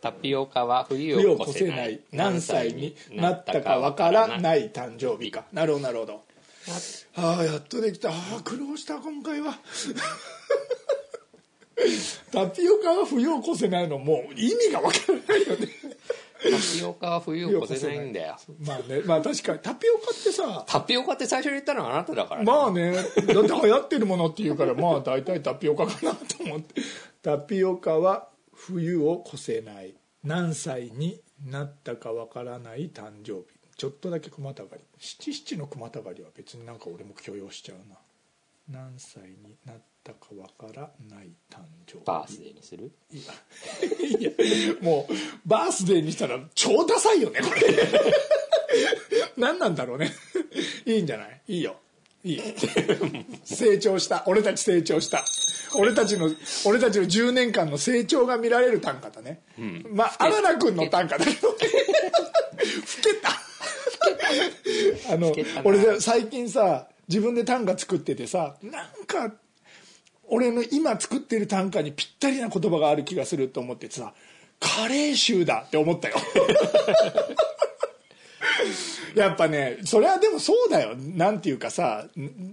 Speaker 1: タピオカは冬
Speaker 2: 手を
Speaker 1: を
Speaker 2: 越
Speaker 1: 越せ
Speaker 2: せ
Speaker 1: な
Speaker 2: ないい。何歳になったかわからない誕生日かなるほどなるほどああやっとできたああ苦労した今回は タピオカは冬を越せないのもう意味がわからないよね
Speaker 1: タピオカは冬を越せないんだよ。
Speaker 2: まあねまあ確かにタピオカってさ
Speaker 1: タピオカって最初に言ったのはあなただからね。
Speaker 2: まあねだって流行ってるものっていうからまあ大体タピオカかなと思ってタピオカは冬を越せない何歳になったかわからない誕生日ちょっとだけ熊たがり七七の熊たがりは別になんか俺も許容しちゃうな何歳になったかわからない誕生日
Speaker 1: バースデーにする
Speaker 2: いや もうバースデーにしたら超ダサいよねこれ何なんだろうね いいんじゃないいいよいい成長した俺たち成長した俺たちの俺たちの10年間の成長が見られる短歌だね、まあ荒良君の短歌だけど老けたあの
Speaker 1: けたな
Speaker 2: 俺さ最近さ自分で短歌作っててさなんか俺の今作ってる短歌にぴったりな言葉がある気がすると思ってさカレー臭だって思ったよやっぱねそれはでもそうだよなんていうかさ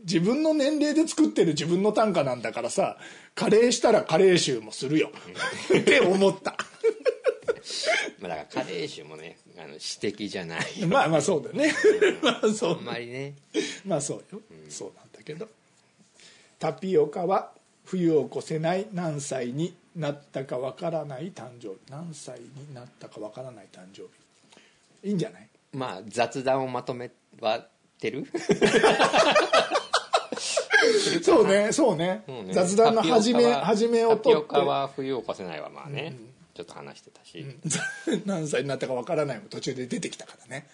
Speaker 2: 自分の年齢で作ってる自分の短歌なんだからさカレーしたらカレー臭もするよって思った
Speaker 1: まあだからカレー酒もね、あの、私的じゃない。
Speaker 2: まあまあそうだよねまあ
Speaker 1: あ
Speaker 2: そうん
Speaker 1: まりね。
Speaker 2: まあそうよ、そうなんだけどタピオカは冬を越せない何歳になったかわからない誕生日何歳になったかわからない誕生日いいんじゃない
Speaker 1: まあ雑談をまとめはてる
Speaker 2: そうねそうね
Speaker 1: そうね
Speaker 2: 雑談の始め
Speaker 1: タピオカは
Speaker 2: 始めを
Speaker 1: タピ
Speaker 2: 取っ
Speaker 1: オ
Speaker 2: て
Speaker 1: カは冬を越せないわまあね、ちょっと話してたし、
Speaker 2: 何歳になったかわからないも途中で出てきたからね、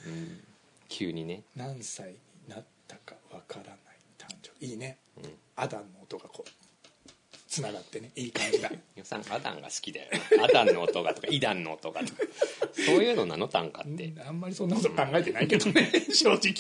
Speaker 1: 急にね
Speaker 2: 何歳になったかわからない誕生日いいね、アダンの音がこうつながってねいい感じだ
Speaker 1: 予算アダンが好きだよねアダンの音がとかイダンの音がとかそういうのなの短歌って
Speaker 2: あんまりそんなこと考えてないけどね 正直